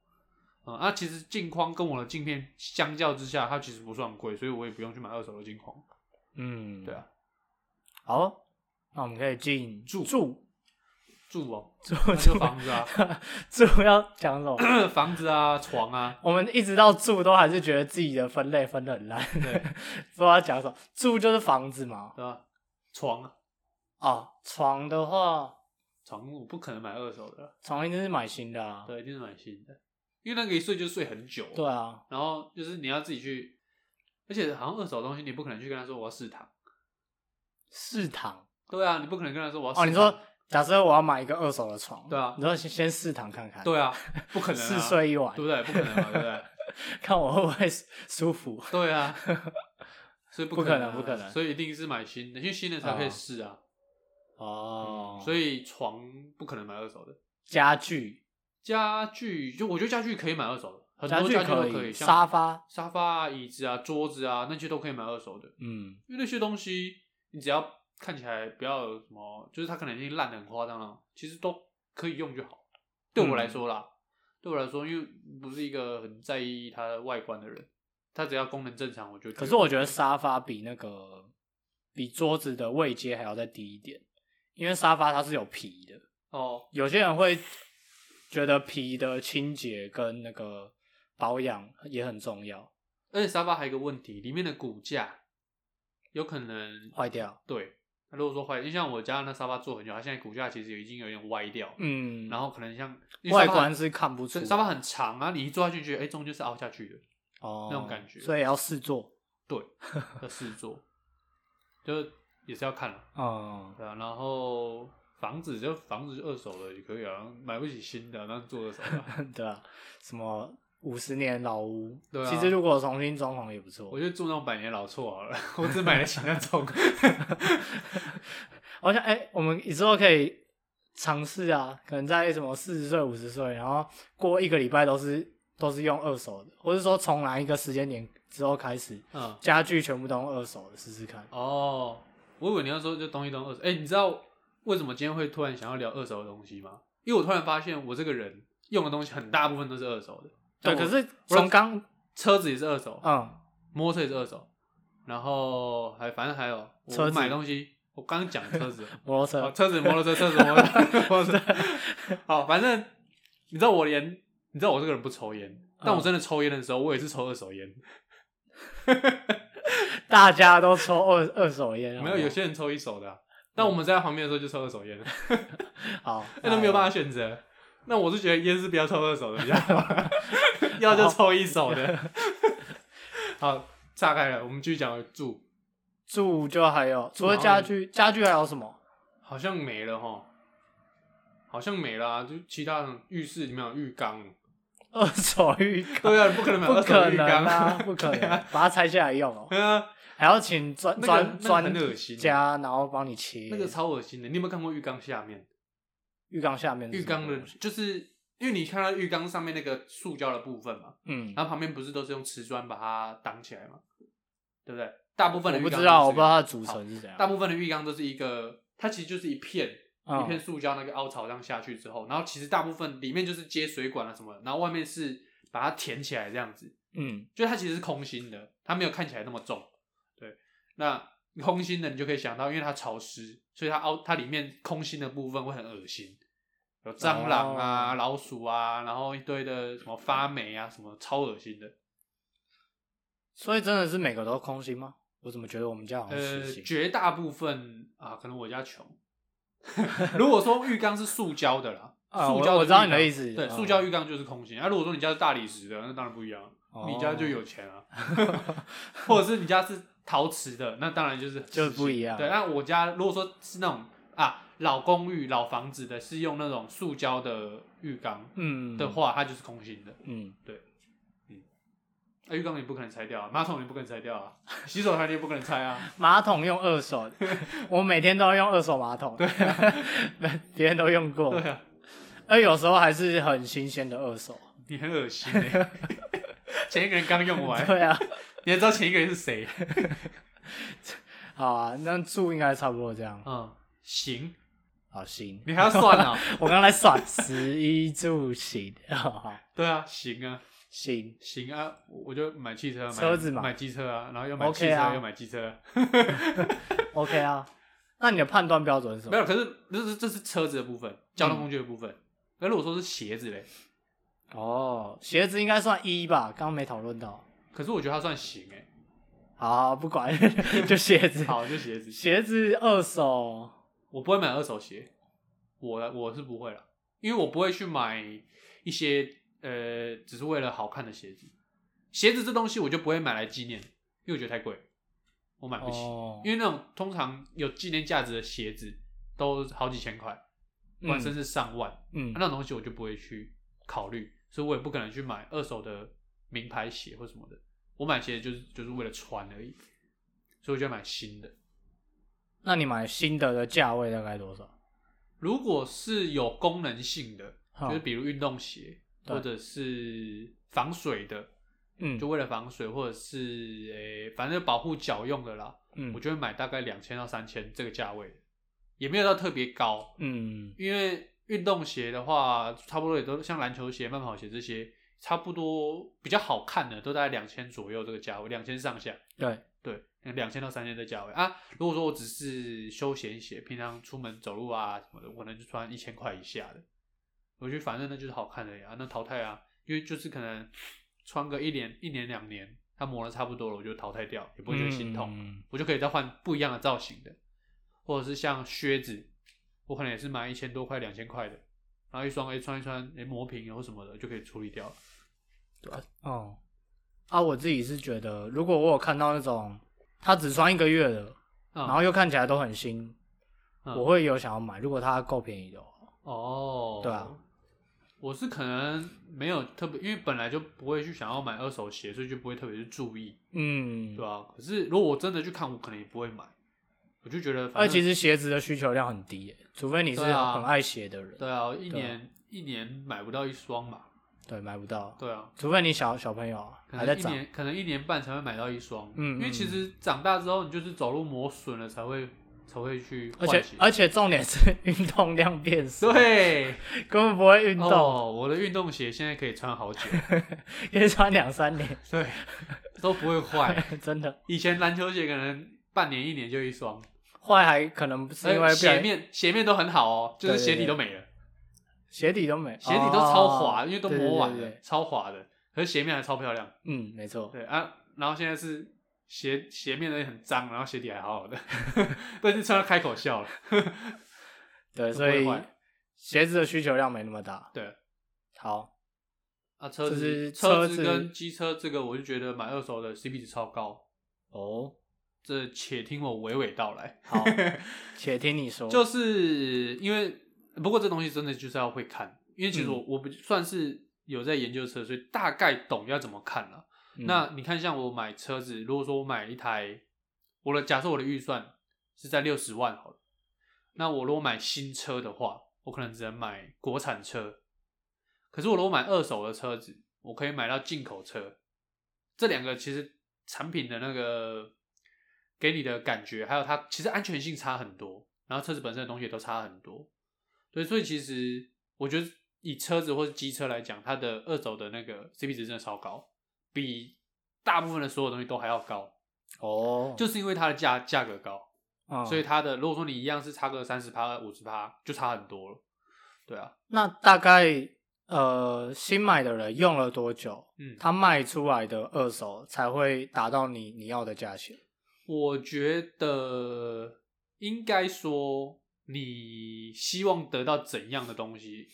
Speaker 1: 嗯，啊，其实镜框跟我的镜片相较之下，它其实不算贵，所以我也不用去买二手的镜框。
Speaker 2: 嗯，
Speaker 1: 对啊，
Speaker 2: 好，那我们可以进
Speaker 1: 住
Speaker 2: 住
Speaker 1: 住哦，
Speaker 2: 住
Speaker 1: 那就房子啊，
Speaker 2: 住要讲什么？
Speaker 1: 房子啊，床啊，
Speaker 2: 我们一直到住都还是觉得自己的分类分的很烂，
Speaker 1: 对
Speaker 2: 不知道要讲什么。住就是房子嘛，
Speaker 1: 对吧？床啊，
Speaker 2: 哦，床的话，
Speaker 1: 床我不可能买二手的啊，
Speaker 2: 床一定是买新的啊。
Speaker 1: 对，一定是买新的，因为那个一睡就睡很久。
Speaker 2: 对，啊，
Speaker 1: 然后就是你要自己去，而且好像二手东西你不可能去跟他说我要试躺，
Speaker 2: 试躺
Speaker 1: 对啊，你不可能跟他说我要试
Speaker 2: 哦，
Speaker 1: 躺。
Speaker 2: 你说假设我要买一个二手的床，
Speaker 1: 对啊
Speaker 2: 你说先先试躺看看，，
Speaker 1: 对啊，不可能、啊，
Speaker 2: 试睡一晚
Speaker 1: 对，不对？不可能嘛，对不对？
Speaker 2: 看我会不会舒舒服。
Speaker 1: 对啊，所以不能、啊，
Speaker 2: 不可能不可能
Speaker 1: 所以一定是买新的，因为新的才可以试啊。
Speaker 2: 哦
Speaker 1: 所
Speaker 2: 以
Speaker 1: 以床不可能买二手的，
Speaker 2: 家具
Speaker 1: 家具就我觉得家具可以买二手的，很多
Speaker 2: 具
Speaker 1: 具都以，
Speaker 2: 以，
Speaker 1: 像
Speaker 2: 沙发，
Speaker 1: 沙发啊、椅子啊、桌子啊那些都可以买二手的，
Speaker 2: 嗯，
Speaker 1: 因为那些东西你只要看起来不要有什么，就是它可能已经烂的很夸张了，其实都可以用就好。对
Speaker 2: 嗯
Speaker 1: 我来说啦，对我来说，因为不是一个很在意它的外观的人，它只要功能正常，我就觉得
Speaker 2: 可是我觉得沙发比那个比桌子的位阶还要再低一点，因为沙发它是有皮的，
Speaker 1: 哦，
Speaker 2: 有些人会觉得皮的清洁跟那个保养也很重要，
Speaker 1: 而且沙发还有一个问题，里面的骨架有可能
Speaker 2: 坏掉，
Speaker 1: 对。那如果说坏，就像我家那沙发坐很久，它现在骨架其实已经有点歪掉，
Speaker 2: 嗯，
Speaker 1: 然后可能像因为
Speaker 2: 外
Speaker 1: 沙发
Speaker 2: 观
Speaker 1: 很
Speaker 2: 是看不出来
Speaker 1: 沙发很长啊，你一坐下去觉得哎，终究是凹下去的，
Speaker 2: 哦
Speaker 1: 那种感觉
Speaker 2: 所以要试做，
Speaker 1: 对，要试坐，就也是要看了，
Speaker 2: 嗯，
Speaker 1: 对啊。然后房子就房子二手的也可以啊，买不起新的，那就做二手的啊。
Speaker 2: 对啊，什么五十年老屋，
Speaker 1: 对啊
Speaker 2: 其实如果重新装潢也不 错
Speaker 1: 我。就住那种百年老厝好了， 我只买得起那种。
Speaker 2: 好像哎、我们之后可以尝试啊，可能在什么四十岁、五十岁，然后过一个礼拜都是都是用二手的，或者说从哪一个时间点之后开始，
Speaker 1: 嗯，
Speaker 2: 家具全部都用二手的试试看。
Speaker 1: 哦，我以为你要说就东一东二手。哎、你知道为什么今天会突然想要聊二手的东西吗？因为我突然发现我这个人用的东西很大部分都是二手的。
Speaker 2: 对，
Speaker 1: 像
Speaker 2: 可
Speaker 1: 我
Speaker 2: 是从刚
Speaker 1: 车子也是二手，
Speaker 2: 嗯，
Speaker 1: 摩托车也是二手，然后还反正还有我
Speaker 2: 车子
Speaker 1: 买东西，我刚刚讲车子，
Speaker 2: 摩托
Speaker 1: 哦
Speaker 2: 车，
Speaker 1: 车子摩托车，车子摩托车，摩托车。好，反正你知道我连你知道我这个人不抽烟，但
Speaker 2: 嗯
Speaker 1: 我真的抽烟的时候，我也是抽二手烟。
Speaker 2: 大家都抽二二手烟，
Speaker 1: 没有，有些人抽一手的啊、但我们在旁边的时候就抽二手烟。
Speaker 2: 好，
Speaker 1: 那都没有办
Speaker 2: 法。
Speaker 1: 法选择。那我是觉得烟是不要抽二手的比较好， 要就抽一手的。 好，岔开了，我们继续讲住，
Speaker 2: 住就还有除了家具，家具还有什么？
Speaker 1: 好像没了哈，好像没了、啊，就其他的浴室里面有浴 缸，
Speaker 2: 二手浴缸。
Speaker 1: 对啊，你不可能买
Speaker 2: 不
Speaker 1: 二手
Speaker 2: 可
Speaker 1: 的浴
Speaker 2: 能
Speaker 1: 缸
Speaker 2: 啊，不可能
Speaker 1: 对啊，
Speaker 2: 把它拆下来用 哦，
Speaker 1: 对啊，
Speaker 2: 还要请专
Speaker 1: 那个
Speaker 2: 专
Speaker 1: 那个
Speaker 2: 专
Speaker 1: 很恶心，
Speaker 2: 家，然后帮你切。
Speaker 1: 那个超恶心的。你有没有看过浴缸下面？
Speaker 2: 浴缸下面是
Speaker 1: 浴
Speaker 2: 什么
Speaker 1: 缸的
Speaker 2: 东西，
Speaker 1: 就是因为你看到浴缸上面那个塑胶的部分嘛，
Speaker 2: 嗯，
Speaker 1: 然后旁边不是都是用瓷砖把它挡起来嘛，对不对？大部分的
Speaker 2: 我
Speaker 1: 浴
Speaker 2: 不
Speaker 1: 缸
Speaker 2: 知道，
Speaker 1: 都
Speaker 2: 我
Speaker 1: 是
Speaker 2: 不知道它的组成是怎样。
Speaker 1: 大部分的浴缸都是一个，它其实就是一片、
Speaker 2: 嗯
Speaker 1: 一片塑胶那个凹槽这样下去之后，然后其实大部分里面就是接水管啊什么的，然后外面是把它填起来这样子，
Speaker 2: 嗯，
Speaker 1: 就它其实是空心的，它没有看起来那么重。对，那空心的你就可以想到，因为它潮湿，所以它凹它里面空心的部分会很恶心，有蟑螂
Speaker 2: 哦
Speaker 1: 啊、老鼠啊，然后一堆的什么发霉啊什么，超恶心的。
Speaker 2: 所以真的是每个都空心吗？我怎么觉得我们家好像
Speaker 1: 呃
Speaker 2: 实，心？
Speaker 1: 绝大部分啊，可能我家穷。 如果说浴缸是塑胶的啦，
Speaker 2: 啊
Speaker 1: 塑胶
Speaker 2: 我我知
Speaker 1: 浴缸
Speaker 2: 道你的意思
Speaker 1: 对，
Speaker 2: 嗯
Speaker 1: 塑胶浴缸就是空心。啊，如果说你家是大理石的，那当然不一样，
Speaker 2: 哦
Speaker 1: 你家就有钱啊。 或者是你家是陶瓷的，那当然就是
Speaker 2: 就是不一样
Speaker 1: 对，那我家如果说是那种啊，老公寓、老房子的是用那种塑胶的浴缸
Speaker 2: 嗯
Speaker 1: 的话，它就是空心的。
Speaker 2: 嗯，
Speaker 1: 啊，浴缸你不可能拆掉啊，马桶你不可能拆掉啊， 洗手台你也不可能拆 啊。
Speaker 2: 马桶用二 手，我每天都要用二手马桶，对、 别人都用过
Speaker 1: 啊对，啊，
Speaker 2: 而有时候还是很新鲜的二手。啊
Speaker 1: 你很恶心哎、 前一个人刚用完，
Speaker 2: 对啊，
Speaker 1: 你还知道前一个人是谁？
Speaker 2: 好啊，那住应该差不多这样。
Speaker 1: 嗯，行，
Speaker 2: 好，行，
Speaker 1: 你还要算啊？
Speaker 2: 我刚才算十一住行， 好好
Speaker 1: 对啊，行啊，
Speaker 2: 行，
Speaker 1: 行啊，我我就买汽车，买
Speaker 2: 车子嘛
Speaker 1: 买机车啊，然后又买
Speaker 2: OK
Speaker 1: 汽车，
Speaker 2: 啊
Speaker 1: 又买机车。
Speaker 2: OK 啊。那你的判断标准是什
Speaker 1: 没
Speaker 2: 么？
Speaker 1: 有，可是这是这是车子的部分，交通工具的部分。那、如果说是鞋子嘞，
Speaker 2: 哦，鞋子应该算一吧，刚刚没讨论到。
Speaker 1: 可是我觉得它算行哎、
Speaker 2: 好，不管， 就鞋子。
Speaker 1: 好，就鞋子，
Speaker 2: 鞋子二手，
Speaker 1: 我不会买二手鞋，我啦我是不会了，因为我不会去买一些呃，只是为了好看的鞋子。鞋子这东西我就不会买来纪念，因为我觉得太贵，我买不起。
Speaker 2: 哦，
Speaker 1: 因为那种通常有纪念价值的鞋子都好几千块，不然甚至上万，
Speaker 2: 嗯
Speaker 1: 那种东西我就不会去考虑，所以我也不可能去买二手的名牌鞋或什么的。我买鞋就是就是为了穿而已，所以我就买新的。
Speaker 2: 那你买新的的价位大概多少？
Speaker 1: 如果是有功能性的，
Speaker 2: 好
Speaker 1: 就是比如运动鞋
Speaker 2: 嗯对
Speaker 1: 或者是防水的，
Speaker 2: 嗯
Speaker 1: 就为了防水，或者是诶、反正保护脚用的啦，我
Speaker 2: 嗯
Speaker 1: 就会买大概两千到三千这个价位的，也没有到特别高，
Speaker 2: 嗯
Speaker 1: 因为运动鞋的话，差不多也都像篮球鞋、慢跑鞋这些，差不多比较好看的都在两千左右这个价位，两千上下，
Speaker 2: 对，
Speaker 1: 对，两千到三千的价位啊。如果说我只是休闲鞋，平常出门走路啊什么的，我可能就穿一千块以下的，我觉得反正那就是好看的呀，那淘汰啊，因为就是可能穿个一年、一年两年，它磨的差不多了，我就淘汰掉，也不会觉得心痛。
Speaker 2: 嗯
Speaker 1: 我就可以再换不一样的造型的，或者是像靴子，我可能也是买一千多块、两千块的，然后一双哎穿一穿，哎磨平或什么的就可以处理掉。
Speaker 2: 哦，啊，我自己是觉得，如果我有看到那种他只穿一个月的，
Speaker 1: 嗯、
Speaker 2: 然后又看起来都很新，
Speaker 1: 嗯
Speaker 2: 我会有想要买。如果它够便宜的话，
Speaker 1: 哦，
Speaker 2: 对啊，
Speaker 1: 我是可能没有特别，因为本来就不会去想要买二手鞋，所以就不会特别去注意，
Speaker 2: 嗯
Speaker 1: 对，啊？可是如果我真的去看，我可能也不会买，我就觉得反正
Speaker 2: 而哎其实鞋子的需求量很低耶，除非你是
Speaker 1: 对啊
Speaker 2: 很爱鞋的人，
Speaker 1: 对啊，一年一年买不到一双嘛，
Speaker 2: 对，买不到，
Speaker 1: 对啊，
Speaker 2: 除非你小小朋友啊
Speaker 1: 可
Speaker 2: 还在
Speaker 1: 能一
Speaker 2: 长，
Speaker 1: 年可能一年半才会买到一双，
Speaker 2: 嗯
Speaker 1: 因为
Speaker 2: 嗯
Speaker 1: 其实长大之后你就是走路磨损了才会才会去
Speaker 2: 而
Speaker 1: 换
Speaker 2: 且
Speaker 1: 鞋，
Speaker 2: 而且重点是运动量变少，
Speaker 1: 对，
Speaker 2: 根本不会运动，
Speaker 1: 哦，我的运动鞋现在可以穿好久，
Speaker 2: 可以穿两三年，
Speaker 1: 对， 都不会坏。
Speaker 2: 真的
Speaker 1: 以前篮球鞋可能半年一年就一双，
Speaker 2: 坏还可能是因为
Speaker 1: 呃
Speaker 2: 不
Speaker 1: 鞋
Speaker 2: 小心
Speaker 1: 面鞋面都很好哦，就是
Speaker 2: 对对
Speaker 1: 鞋底
Speaker 2: 对
Speaker 1: 都没了，
Speaker 2: 鞋底都没，
Speaker 1: 鞋底都超滑，
Speaker 2: 哦
Speaker 1: 因为都磨完了，
Speaker 2: 对对对对
Speaker 1: 超滑的。可是鞋面还超漂亮，
Speaker 2: 嗯，没错，
Speaker 1: 对啊。然后现在是鞋鞋面的很脏，然后鞋底还好好的， 但是穿到开口笑了。
Speaker 2: 对，
Speaker 1: 都不
Speaker 2: 所
Speaker 1: 会
Speaker 2: 以
Speaker 1: 坏
Speaker 2: 鞋子的需求量没那么大。
Speaker 1: 对
Speaker 2: 好，
Speaker 1: 啊，车子、
Speaker 2: 就是
Speaker 1: 车
Speaker 2: 车子
Speaker 1: 跟机车这个，我就觉得买二手的 CP 值超高。
Speaker 2: 哦，
Speaker 1: 这且听我娓娓道来。
Speaker 2: 好，且听你说，
Speaker 1: 就是因为，不过这东西真的就是要会看，因为其
Speaker 2: 嗯
Speaker 1: 实我、我不算是有在研究车，所以大概懂要怎么看了、
Speaker 2: 嗯
Speaker 1: 那你看，像我买车子，如果说我买一台，我的假设我的预算是在六十万好了，那我如果买新车的话，我可能只能买国产车。可是我如果买二手的车子，我可以买到进口车。这两个其实产品的那个给你的感觉，还有它其实安全性差很多，然后车子本身的东西也都差很多。对，所以其实我觉得以车子或是机车来讲，它的二手的那个 CP 值真的超高，比大部分的所有东西都还要高，
Speaker 2: 哦，
Speaker 1: 就是因为它的价价格高。
Speaker 2: 嗯
Speaker 1: 所以它的如果说你一样是差个三十趴、五十趴，就差很多了。对啊，
Speaker 2: 那大概呃，新买的人用了多久，
Speaker 1: 嗯，
Speaker 2: 他卖出来的二手才会达到你你要的价钱？
Speaker 1: 我觉得应该说你希望得到怎样的东西，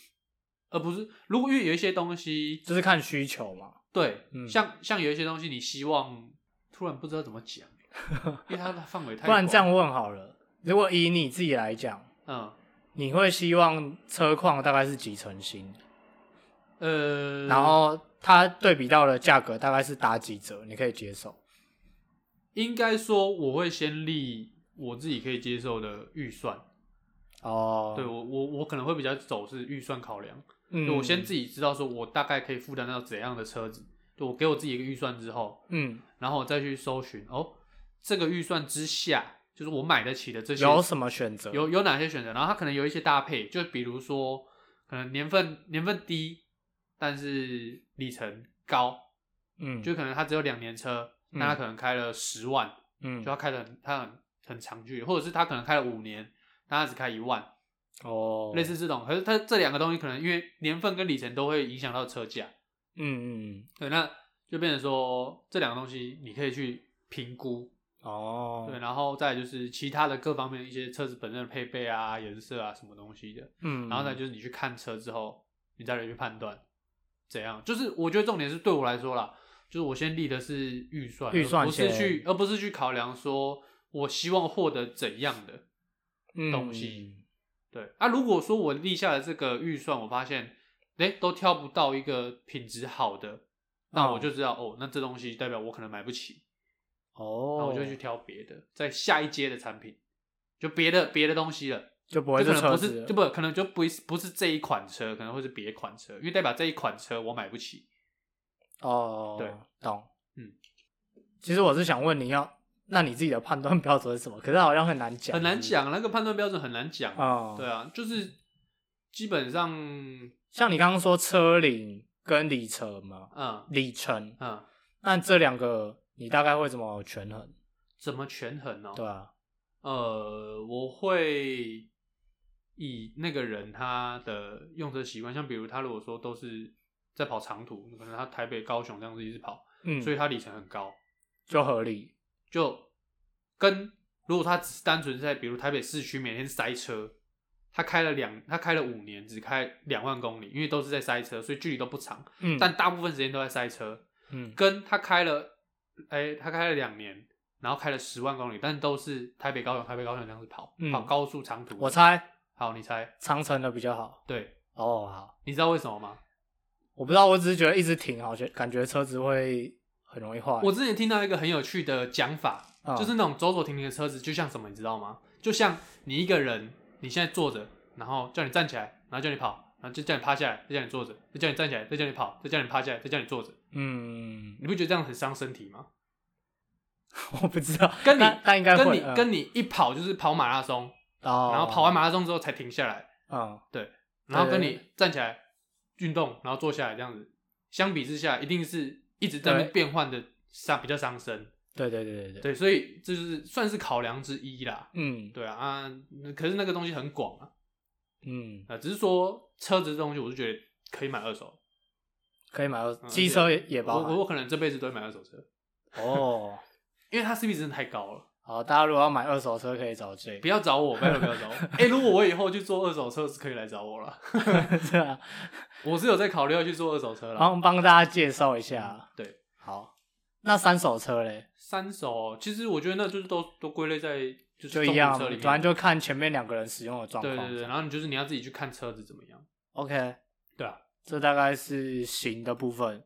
Speaker 1: 而不是如果因为有一些东西，
Speaker 2: 就是看需求嘛。
Speaker 1: 对，
Speaker 2: 嗯
Speaker 1: 像像有一些东西你希望，突然不知道怎么讲，欸 因为它的范围太
Speaker 2: 不然这样
Speaker 1: 广，
Speaker 2: 问好了，如果以你自己来讲，
Speaker 1: 嗯，
Speaker 2: 你会希望车况大概是几成新，
Speaker 1: 呃，
Speaker 2: 然后它对比到的价格大概是打几折，你可以接受。
Speaker 1: 应该说我会先立我自己可以接受的预算，
Speaker 2: 哦，
Speaker 1: 对，我我我可能会比较走是预算考量，
Speaker 2: 嗯，
Speaker 1: 就我先自己知道说我大概可以负担到怎样的车子，就我给我自己一个预算之后，
Speaker 2: 嗯，
Speaker 1: 然后我再去搜寻哦，这个预算之下就是我买得起的这些
Speaker 2: 有什么选择？
Speaker 1: 有有哪些选择，然后它可能有一些搭配，就比如说可能年份年份低，但是里程高，
Speaker 2: 嗯，
Speaker 1: 就可能它只有两年车，
Speaker 2: 嗯
Speaker 1: 但它可能开了十万，
Speaker 2: 嗯
Speaker 1: 就它开的很它很很长距离，或者是它可能开了五年，但它只开一万，
Speaker 2: 哦，
Speaker 1: 类似这种。可是它这两个东西可能因为年份跟里程都会影响到车价，
Speaker 2: 嗯，嗯嗯
Speaker 1: 对，那就变成说这两个东西你可以去评估，
Speaker 2: 哦，
Speaker 1: 对，然后再来就是其他的各方面一些车子本身的配备啊、颜色啊什么东西的，
Speaker 2: 嗯，
Speaker 1: 然后再就是你去看车之后，你再来去判断怎样。就是我觉得重点是对我来说啦，就是我先立的是预算，
Speaker 2: 预算
Speaker 1: 而不是
Speaker 2: 先
Speaker 1: 去，而不是去考量说我希望获得怎样的。
Speaker 2: 嗯
Speaker 1: 东西对啊，如果说我立下的这个预算，我发现哎、诶都挑不到一个品质好的，那
Speaker 2: 哦
Speaker 1: 我就知道哦，那这东西代表我可能买不起，
Speaker 2: 嗯，
Speaker 1: 然后
Speaker 2: 哦，
Speaker 1: 我就去挑别的，在下一阶的产品，就别的别的东西了。
Speaker 2: 就不会
Speaker 1: 就可
Speaker 2: 是
Speaker 1: 能
Speaker 2: 车
Speaker 1: 不
Speaker 2: 子
Speaker 1: 是，
Speaker 2: 了，
Speaker 1: 就不可能就不是不是这一款车，可能会是别款车，因为代表这一款车我买不起。
Speaker 2: 哦，
Speaker 1: 对，
Speaker 2: 懂，
Speaker 1: 嗯。
Speaker 2: 其实我是想问你要，那你自己的判断标准是什么？可是好像很难讲，
Speaker 1: 很难讲，那个判断标准很难讲。
Speaker 2: 哦，
Speaker 1: 对，啊，就是基本上，
Speaker 2: 像你刚刚说车龄跟里程嘛，
Speaker 1: 嗯
Speaker 2: 里程，
Speaker 1: 嗯，
Speaker 2: 那这两个你大概会怎么权衡？
Speaker 1: 怎么权衡呢、哦
Speaker 2: 对啊，
Speaker 1: 呃，我会以那个人他的用车习惯，像比如他如果说都是在跑长途，可能他台北、高雄这样子一直跑，
Speaker 2: 嗯，
Speaker 1: 所
Speaker 2: 以
Speaker 1: 以他里程很高，
Speaker 2: 就合理，
Speaker 1: 就跟如果他只是单纯在比如台北市区每天塞车，他开了两他开了五年，只开两万公里，因为都是在塞车，所以距离都不长，
Speaker 2: 嗯，
Speaker 1: 但大部分时间都在塞车。
Speaker 2: 嗯
Speaker 1: 跟他开了，哎、他开了两年，然后开了十万公里，但都是台北高雄、台北高雄这样子跑，
Speaker 2: 嗯
Speaker 1: 跑高速长途。
Speaker 2: 我猜
Speaker 1: 好，你猜，
Speaker 2: 长城的比较好。
Speaker 1: 对，
Speaker 2: 哦，好，
Speaker 1: 你知道为什么吗？
Speaker 2: 我不知道，我只是觉得一直停，好像感觉车子会很容易坏。
Speaker 1: 我之前听到一个很有趣的讲法，
Speaker 2: 嗯
Speaker 1: 就是那种走走停停的车子，就像什么，你知道吗？就像你一个人，你现在坐着，然后叫你站起来，然后叫你跑，然后就叫你趴下来，再叫你坐着，再叫你站起来，再叫你跑，再叫你趴下来，再叫你坐着，
Speaker 2: 嗯，
Speaker 1: 你不觉得这样很伤身体吗？
Speaker 2: 我不知道，
Speaker 1: 跟你
Speaker 2: 但但应该
Speaker 1: 跟
Speaker 2: 会
Speaker 1: 你、
Speaker 2: 嗯
Speaker 1: 跟你一跑就是跑马拉松，
Speaker 2: 哦，
Speaker 1: 然后跑完马拉松之后才停下来，
Speaker 2: 嗯，
Speaker 1: 然后跟
Speaker 2: 对
Speaker 1: 你站起来运动，然后坐下来这样子，相比之下，一定是一直在那边
Speaker 2: 对
Speaker 1: 变换的伤比较伤身。
Speaker 2: 对对对对对，
Speaker 1: 对，所以这就是算是考量之一啦。
Speaker 2: 嗯
Speaker 1: 对啊，啊，可是那个东西很广啊，
Speaker 2: 嗯，
Speaker 1: 啊，只是说车子这东西，我是觉得可以买二手，
Speaker 2: 可以买到
Speaker 1: 嗯
Speaker 2: 机车也也包
Speaker 1: 我我
Speaker 2: 含
Speaker 1: 我可能这辈子都会买二手车，
Speaker 2: 哦。
Speaker 1: 因为它 CP 值真的太高了。
Speaker 2: 好，大家如果要买二手车，可以找这
Speaker 1: 不
Speaker 2: 个，
Speaker 1: 要找我，拜托不要找 我。哎、如果我以后去做二手车，是可以来找我了。
Speaker 2: 对啊，
Speaker 1: 我是有在考虑要去做二手车
Speaker 2: 然
Speaker 1: 了。
Speaker 2: 后帮大家介绍一下。
Speaker 1: 对，
Speaker 2: 好，那三手车嘞，
Speaker 1: 三手哦其实我觉得那就是都都归类在就是
Speaker 2: 就
Speaker 1: 重
Speaker 2: 一
Speaker 1: 型
Speaker 2: 样
Speaker 1: 车里，面，
Speaker 2: 反正就看前面两个人使用的状
Speaker 1: 对
Speaker 2: 况。
Speaker 1: 对对。然后你就是你要自己去看车子怎么样。
Speaker 2: OK，
Speaker 1: 对啊，
Speaker 2: 这大概是行的部分。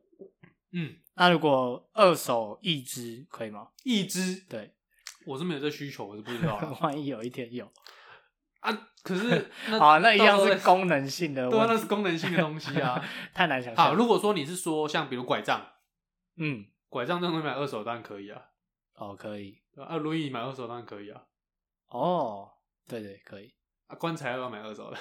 Speaker 1: 嗯，
Speaker 2: 那如果二手一只可以吗？
Speaker 1: 一只
Speaker 2: 对，
Speaker 1: 我是没有这需求，我是不知道 啦
Speaker 2: 万一有一天有，
Speaker 1: 啊。可 是那
Speaker 2: 好，那一样
Speaker 1: 到时候
Speaker 2: 是
Speaker 1: 再
Speaker 2: 功能性的
Speaker 1: 对啊，那
Speaker 2: 问
Speaker 1: 是
Speaker 2: 题，
Speaker 1: 功能性的东西 啊。
Speaker 2: 太难想
Speaker 1: 好，
Speaker 2: 象。
Speaker 1: 如果说你是说像比如拐杖，
Speaker 2: 嗯，
Speaker 1: 拐杖这种东西买二手当然可以啊，
Speaker 2: 哦，可以，
Speaker 1: 对吧啊，轮椅买二手当然可以啊，
Speaker 2: 哦，对对，可以，
Speaker 1: 啊，棺材要不要买二手的？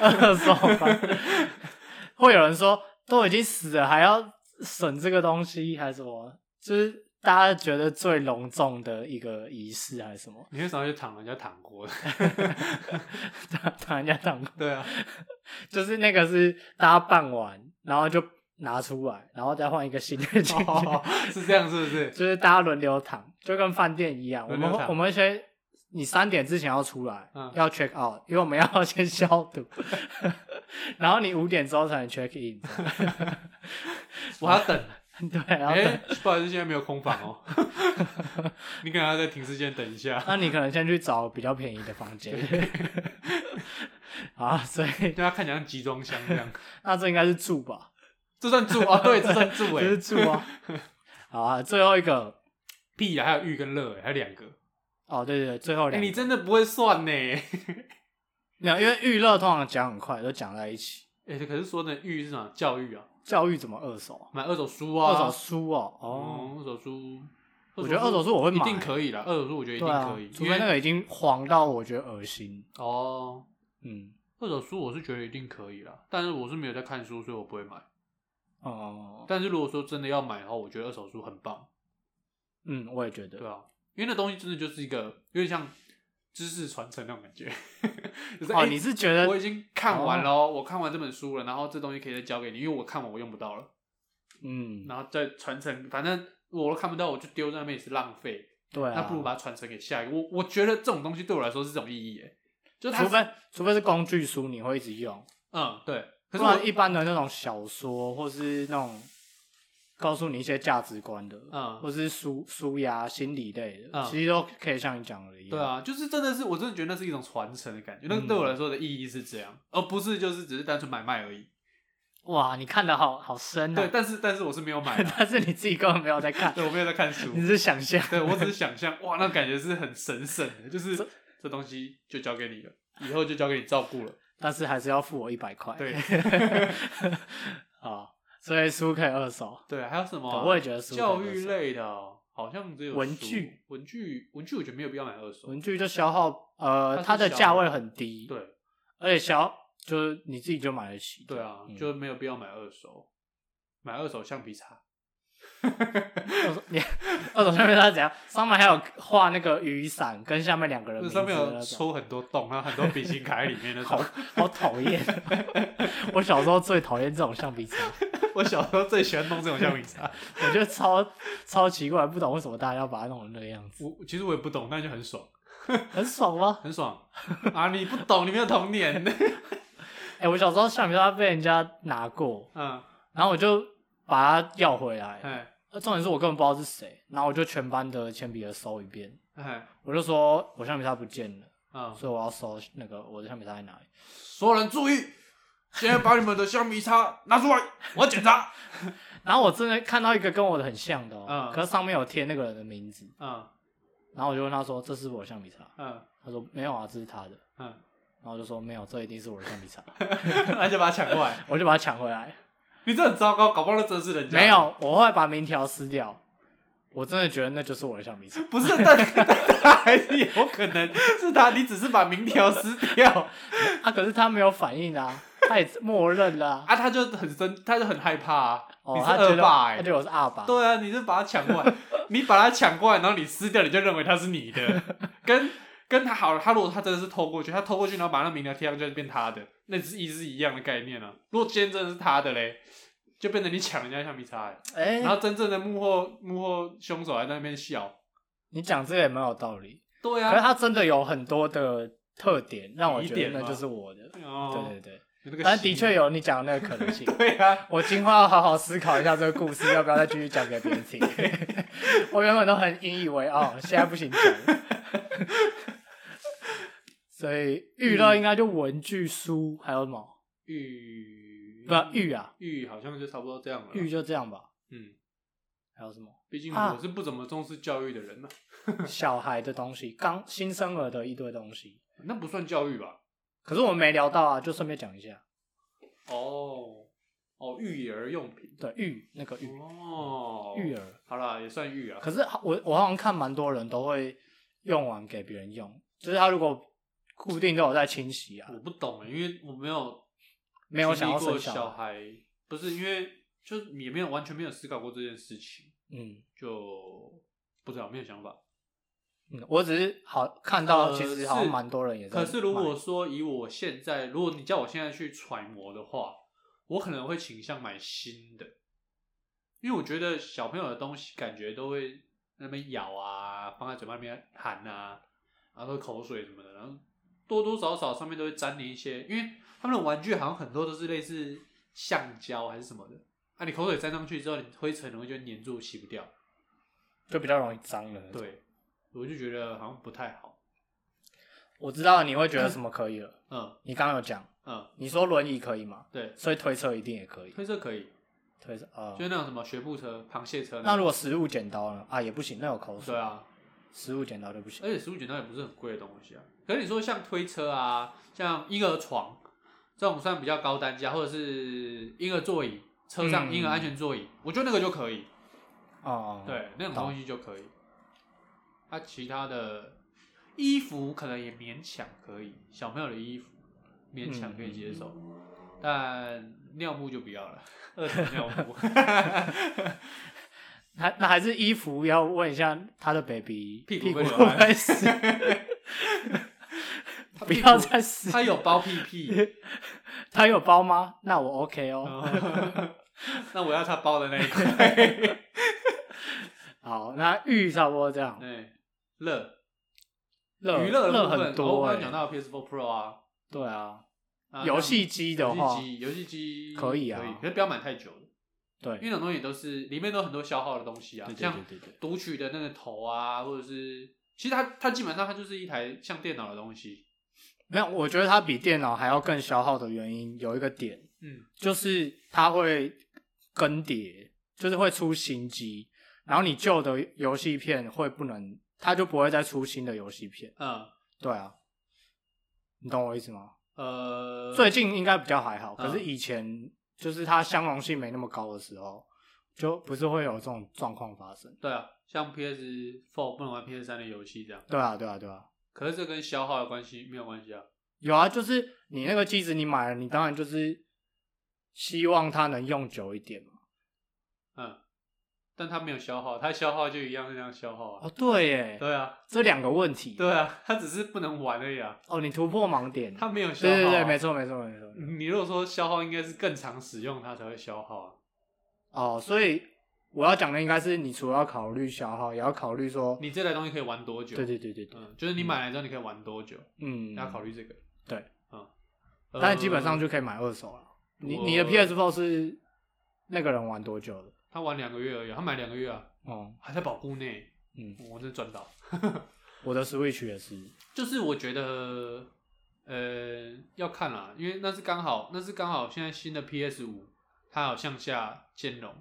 Speaker 2: 二手吧。 会有人说，都已经死了，还要省这个东西，还是什么？就是大家觉得最隆重的一个仪式，还是什么？
Speaker 1: 你为什么去躺人家躺过？
Speaker 2: 当当人家当
Speaker 1: 对啊，
Speaker 2: 就是那个是大家办完，然后就拿出来，然后再换一个新的进 去，
Speaker 1: 哦，是这样是不 是？
Speaker 2: 就是大家轮流躺，就跟饭店一样。我
Speaker 1: 轮流
Speaker 2: 们
Speaker 1: 躺
Speaker 2: 我们先，你三点之前要出来，
Speaker 1: 嗯
Speaker 2: 要 check out，因为我们要先消毒， 然后你五点之后才能 check in。
Speaker 1: 我还要等，
Speaker 2: 对，然后
Speaker 1: 哎、
Speaker 2: 等
Speaker 1: 不好意思，现在没有空房 哦， 你可能要在停尸间等一下。
Speaker 2: 那你可能先去找比较便宜的房 间。啊，所以
Speaker 1: 对它看起来像集装箱这样，
Speaker 2: 那这应该是住吧？
Speaker 1: 这算住啊？ 对，这算住
Speaker 2: 这
Speaker 1: 哎、
Speaker 2: 是住啊。好啊，最后一个
Speaker 1: 屁呀，还有玉跟乐哎、还有两个，
Speaker 2: 哦，对对对，最后
Speaker 1: 哎
Speaker 2: 两
Speaker 1: 你
Speaker 2: 个，
Speaker 1: 真的不会算呢、
Speaker 2: 没有，因为娱乐通常讲很快，都讲在一起。
Speaker 1: 哎、可是说呢，育是什么？教育啊，
Speaker 2: 教育怎么二手啊？
Speaker 1: 买二手书啊，
Speaker 2: 二手书哦，哦，
Speaker 1: 嗯，二手书，
Speaker 2: 我觉得二手书我会
Speaker 1: 一
Speaker 2: 买，
Speaker 1: 定可以啦，二手书我觉嗯得一
Speaker 2: 对
Speaker 1: 定
Speaker 2: 啊
Speaker 1: 可以，，
Speaker 2: 除非那
Speaker 1: 因为
Speaker 2: 个已经黄到我觉得恶心。
Speaker 1: 哦，
Speaker 2: 嗯，
Speaker 1: 二手书我是觉得一定可以啦，但是我是没有在看书，所以我不会买。
Speaker 2: 哦、
Speaker 1: 但是如果说真的要买的话，我觉得二手书很棒，
Speaker 2: 嗯，我也觉得
Speaker 1: 对。啊，因为那东西真的就是一个有点像知识传承那种感觉， 就是
Speaker 2: 哦，
Speaker 1: 哎
Speaker 2: 你是觉得
Speaker 1: 我已经看完了哦，我看完这本书了，然后这东西可以再交给你，因为我看完我用不到了，
Speaker 2: 嗯，
Speaker 1: 然后再传承，反正我都看不到，我就丢在那边也是浪费，
Speaker 2: 对啊，
Speaker 1: 那不如把它传承给下一个。我我觉得这种东西对我来说是这种意义，哎，就是
Speaker 2: 除
Speaker 1: 它，
Speaker 2: 非除非是工具书，你会一直用。
Speaker 1: 嗯，对。可
Speaker 2: 可
Speaker 1: 是
Speaker 2: 是
Speaker 1: 我
Speaker 2: 我一般的那种小说，或是那种告诉你一些价值观的，
Speaker 1: 嗯
Speaker 2: 或是书书呀、心理类的，
Speaker 1: 嗯
Speaker 2: 其实都可以像你讲的一样。
Speaker 1: 对，啊，就是真的是，我真的觉得那是一种传承的感觉，
Speaker 2: 嗯
Speaker 1: 那对我来说的意义是这样，而不是就是只是单纯买卖而已。
Speaker 2: 哇，你看的好好深
Speaker 1: 对
Speaker 2: 啊，！
Speaker 1: 但是但是我是没有买 的，
Speaker 2: 但是你自己根本没有在看，
Speaker 1: 对我没有在看书，
Speaker 2: 你是想象。
Speaker 1: 对我只是想象，哇，那感觉是很神圣的，就是这东西就交给你了，以后就交给你照顾了。
Speaker 2: 但是还是要付我一百块。
Speaker 1: 对，
Speaker 2: 好，所以书可以二手。
Speaker 1: 对，还有什么啊、
Speaker 2: 对我也觉得书
Speaker 1: 教
Speaker 2: 可以二
Speaker 1: 育
Speaker 2: 手
Speaker 1: 类的哦、好像只有
Speaker 2: 文
Speaker 1: 书
Speaker 2: 具、
Speaker 1: 文具、文具，我觉得没有必要买二手。
Speaker 2: 文具就消耗，呃，
Speaker 1: 它
Speaker 2: 它
Speaker 1: 是
Speaker 2: 的
Speaker 1: 消
Speaker 2: 价
Speaker 1: 耗
Speaker 2: 位很低，
Speaker 1: 对
Speaker 2: 而且消就是你自己就买得起。
Speaker 1: 对啊，
Speaker 2: 嗯
Speaker 1: 就没有必要买二手。买二手橡皮擦，
Speaker 2: 二手你二手上面它怎样？上面还有画那个雨伞跟下面两个人
Speaker 1: 那
Speaker 2: 名字
Speaker 1: 上
Speaker 2: 的
Speaker 1: 面有
Speaker 2: 那种，
Speaker 1: 抽很多洞，还有很多笔芯卡在里面那
Speaker 2: 好
Speaker 1: 种。
Speaker 2: 好讨厌。 我小时候最讨厌这种橡皮擦，
Speaker 1: 我小时候最喜欢弄这种橡皮擦，
Speaker 2: 我觉得超超奇怪，不懂为什么大家要把它弄成那个样子，
Speaker 1: 我其实我也不懂，但就很爽，
Speaker 2: 很爽吗？
Speaker 1: 很爽 啊！你不懂，你没有童年。
Speaker 2: 哎、我小时候橡皮擦被人家拿过，
Speaker 1: 嗯，
Speaker 2: 然后我就把它要回来，
Speaker 1: 哎
Speaker 2: 呃重点是我根本不知道是谁，然后我就全班的铅笔盒搜一遍，
Speaker 1: 哎，
Speaker 2: 我就说我橡皮擦不见了，
Speaker 1: 嗯，
Speaker 2: 所以我要搜那个我的橡皮擦在哪里。
Speaker 1: 所有人注意，现在把你们的橡皮擦拿 出来，我要检查。
Speaker 2: 然后我真的看到一个跟我的很像的、哦，
Speaker 1: 嗯
Speaker 2: 可是上面有贴那个人的名字，
Speaker 1: 嗯
Speaker 2: 然后我就问他说这是我的橡皮擦，
Speaker 1: 嗯
Speaker 2: 他说没有啊，这是他的，
Speaker 1: 嗯，
Speaker 2: 然后我就说没有，这一定是我的橡皮擦，
Speaker 1: 那就把它抢过 来。
Speaker 2: 我就把它抢回 来。
Speaker 1: 你这很糟糕，搞不好那真的是人家。
Speaker 2: 没，有，我会把名条撕掉，我真的觉得那就是我的橡 皮擦。
Speaker 1: 不是，但但还是有可能是他，你只是把名条撕掉
Speaker 2: 啊，可是他没有反应啊，他也默认了啊、
Speaker 1: 啊，他就很生，他就很害怕啊。
Speaker 2: 哦
Speaker 1: 你，是
Speaker 2: 他觉
Speaker 1: 恶
Speaker 2: 得
Speaker 1: 霸哎、
Speaker 2: 他觉得我是二爸，
Speaker 1: 对啊，你是把他抢过 来，你把他抢过来，然后你撕掉，你就认为他是你的， 跟跟他好了，他如果他真的是偷过去，他偷过去，然后把那名条贴上去，就变他的，那是一是一样的概念啊。如果今天真的是他的嘞，就变成你抢人家橡皮擦、欸，
Speaker 2: 哎、
Speaker 1: 然后真正的幕后幕后凶手还在那边笑。
Speaker 2: 你讲这个也蛮有道理。
Speaker 1: 对
Speaker 2: 可是
Speaker 1: 啊，
Speaker 2: 它真的有很多的特点，让我觉
Speaker 1: 疑
Speaker 2: 得
Speaker 1: 点
Speaker 2: 那
Speaker 1: 吗
Speaker 2: 就是我的。
Speaker 1: 哦，
Speaker 2: 对对对，
Speaker 1: 有那个
Speaker 2: 但的
Speaker 1: 心啊
Speaker 2: 确有你讲的那个可能性。
Speaker 1: 对 啊，
Speaker 2: 我今后要好好思考一下这个故事，要不要再继续讲给别人听。 我原本都很引以为傲，现在不行讲了。所以娱乐应该就文具、书，还有什么？
Speaker 1: 玉
Speaker 2: 不，玉啊，
Speaker 1: 玉好像就差不多这样了。
Speaker 2: 玉就这样吧。
Speaker 1: 嗯，
Speaker 2: 还有什么
Speaker 1: 毕竟
Speaker 2: 啊
Speaker 1: 我是不怎么重视教育的人嘛、
Speaker 2: 小孩的东西，刚新生儿的一堆东西。
Speaker 1: 那不算教育吧？
Speaker 2: 可是我们没聊到啊，就顺便讲一下。
Speaker 1: 哦哦，育儿用品
Speaker 2: 对，育那个育
Speaker 1: 哦，
Speaker 2: 育儿，
Speaker 1: 好啦，也算育啊。
Speaker 2: 可是好我我好像看蛮多人都会用完给别人用，就是他如果固定都有在清洗啊
Speaker 1: 我，不懂欸，因为我没有
Speaker 2: 没有
Speaker 1: 经
Speaker 2: 想
Speaker 1: 历
Speaker 2: 要
Speaker 1: 过
Speaker 2: 生
Speaker 1: 小
Speaker 2: 小，
Speaker 1: 孩，不是因为就是也没有完全没有思考过这件事情，
Speaker 2: 嗯
Speaker 1: 就不知道没有想法。
Speaker 2: 嗯，我只是好看到，
Speaker 1: 呃
Speaker 2: 其实好像
Speaker 1: 是
Speaker 2: 蛮多人也在买。
Speaker 1: 可是如果说以我现在，如果你叫我现在去揣摩的话，我可能会倾向买新的，因为我觉得小朋友的东西感觉都会那边咬啊，放在嘴巴里面含啊，然后口水什么的，然后多多少少上面都会沾你一些，因为他们的玩具好像很多都是类似橡胶还是什么的，啊，你口水沾上去之后，你灰尘容易就粘住，洗不掉。
Speaker 2: 就比较容易脏了。，
Speaker 1: 对，我就觉得好像不太好。
Speaker 2: 我知道你会觉得什么可以了。
Speaker 1: 嗯
Speaker 2: 你刚刚有讲，
Speaker 1: 嗯，
Speaker 2: 你说轮椅可以吗？
Speaker 1: 对，
Speaker 2: 所以推车一定也可以。
Speaker 1: 推车可以，
Speaker 2: 推车啊、
Speaker 1: 就是那种什么学步车、螃蟹车
Speaker 2: 那
Speaker 1: 种
Speaker 2: 如果食物剪刀呢？啊，也不行，那有口水。
Speaker 1: 对啊，
Speaker 2: 食物剪刀就不行。
Speaker 1: 而且食物剪刀也不是很贵的东西啊。可是你说像推车啊，像婴儿床这种算比较高单价，或者是婴儿座椅，车上婴儿安全座椅，我觉得那个就可以，
Speaker 2: 嗯哦、
Speaker 1: 对，那种东西就可以。啊，其他的衣服可能也勉强可以，小朋友的衣服勉强可以接
Speaker 2: 嗯
Speaker 1: 受，但尿布就不要了，二层尿布。
Speaker 2: 还那还是衣服要问一下他的 baby
Speaker 1: 屁股
Speaker 2: 股
Speaker 1: 会
Speaker 2: 会
Speaker 1: 流汗
Speaker 2: 不会湿，
Speaker 1: 他
Speaker 2: 不
Speaker 1: 屁股
Speaker 2: 要再湿。
Speaker 1: 他有包屁屁，
Speaker 2: 他有包吗？那我 OK 哦。
Speaker 1: 那我要他包的那一 块。
Speaker 2: 好，那玉差不多这样。
Speaker 1: 哎，乐
Speaker 2: 乐
Speaker 1: 娱乐的
Speaker 2: 乐
Speaker 1: 部分
Speaker 2: 很
Speaker 1: 哦
Speaker 2: 多
Speaker 1: 我刚
Speaker 2: 哎、
Speaker 1: 刚讲到 PS4 Pro 啊，
Speaker 2: 对啊，
Speaker 1: 啊
Speaker 2: 游戏机的
Speaker 1: 像游
Speaker 2: 话
Speaker 1: 戏，机游戏机
Speaker 2: 可以啊
Speaker 1: 可以，可是不要买太久了，因为
Speaker 2: 对
Speaker 1: 那种东西都是里面都有很多消耗的东西啊，
Speaker 2: 对对
Speaker 1: 像
Speaker 2: 对对对，
Speaker 1: 读取的那个头啊，或者是其实它它基本上它就是一台像电脑的东西，
Speaker 2: 没有，我觉得它比电脑还要更消耗的原因有一个点，
Speaker 1: 嗯
Speaker 2: 就是它会更迭，就是会出新机，然后你旧的游戏片会不能，它就不会再出新的游戏片。
Speaker 1: 嗯
Speaker 2: 对啊，你懂我意思吗？
Speaker 1: 呃，
Speaker 2: 最近应该比较还好，
Speaker 1: 嗯
Speaker 2: 可是以前就是它相容性没那么高的时候，就不是会有这种状况发生。
Speaker 1: 对啊，像 PS4 不能玩 PS3 的游戏这样，
Speaker 2: 对啊，对啊，对啊，
Speaker 1: 可是这跟消耗的关系没有关系啊，
Speaker 2: 有啊，就是你那个机子你买了，你当然就是希望它能用久一点嘛。
Speaker 1: 嗯，但它没有消耗，它消耗就一样是那样消耗啊，
Speaker 2: 哦，对耶，
Speaker 1: 对啊。
Speaker 2: 这两个问题。
Speaker 1: 对啊，他只是不能玩而已啊，
Speaker 2: 哦，你突破盲点。
Speaker 1: 他没有消
Speaker 2: 对
Speaker 1: 耗、啊
Speaker 2: 对对，没。错没错没错。
Speaker 1: 你如果说消耗，应该是更常使用它才会消耗、啊。
Speaker 2: 哦，所以我要讲的应该是，你除了要考虑消耗，也要考虑说，
Speaker 1: 你这台东西可以玩多久？
Speaker 2: 对对对对对，
Speaker 1: 嗯，就是你买来之后你可以玩多久，
Speaker 2: 嗯，
Speaker 1: 要考虑这个。
Speaker 2: 对，
Speaker 1: 嗯，
Speaker 2: 但基本上
Speaker 1: 呃
Speaker 2: 就可以买二手了。你你
Speaker 1: 我
Speaker 2: 的 PS4 是那个人玩多久的？
Speaker 1: 他玩两个月而已啊，他买两个月啊，
Speaker 2: 哦，
Speaker 1: 还在保护内，
Speaker 2: 嗯，
Speaker 1: 我真的赚到。
Speaker 2: 我的 Switch 也是，
Speaker 1: 就是我觉得，呃，要看啦，因为那是刚好，那是刚好现在新的 PS 五，它有向下兼容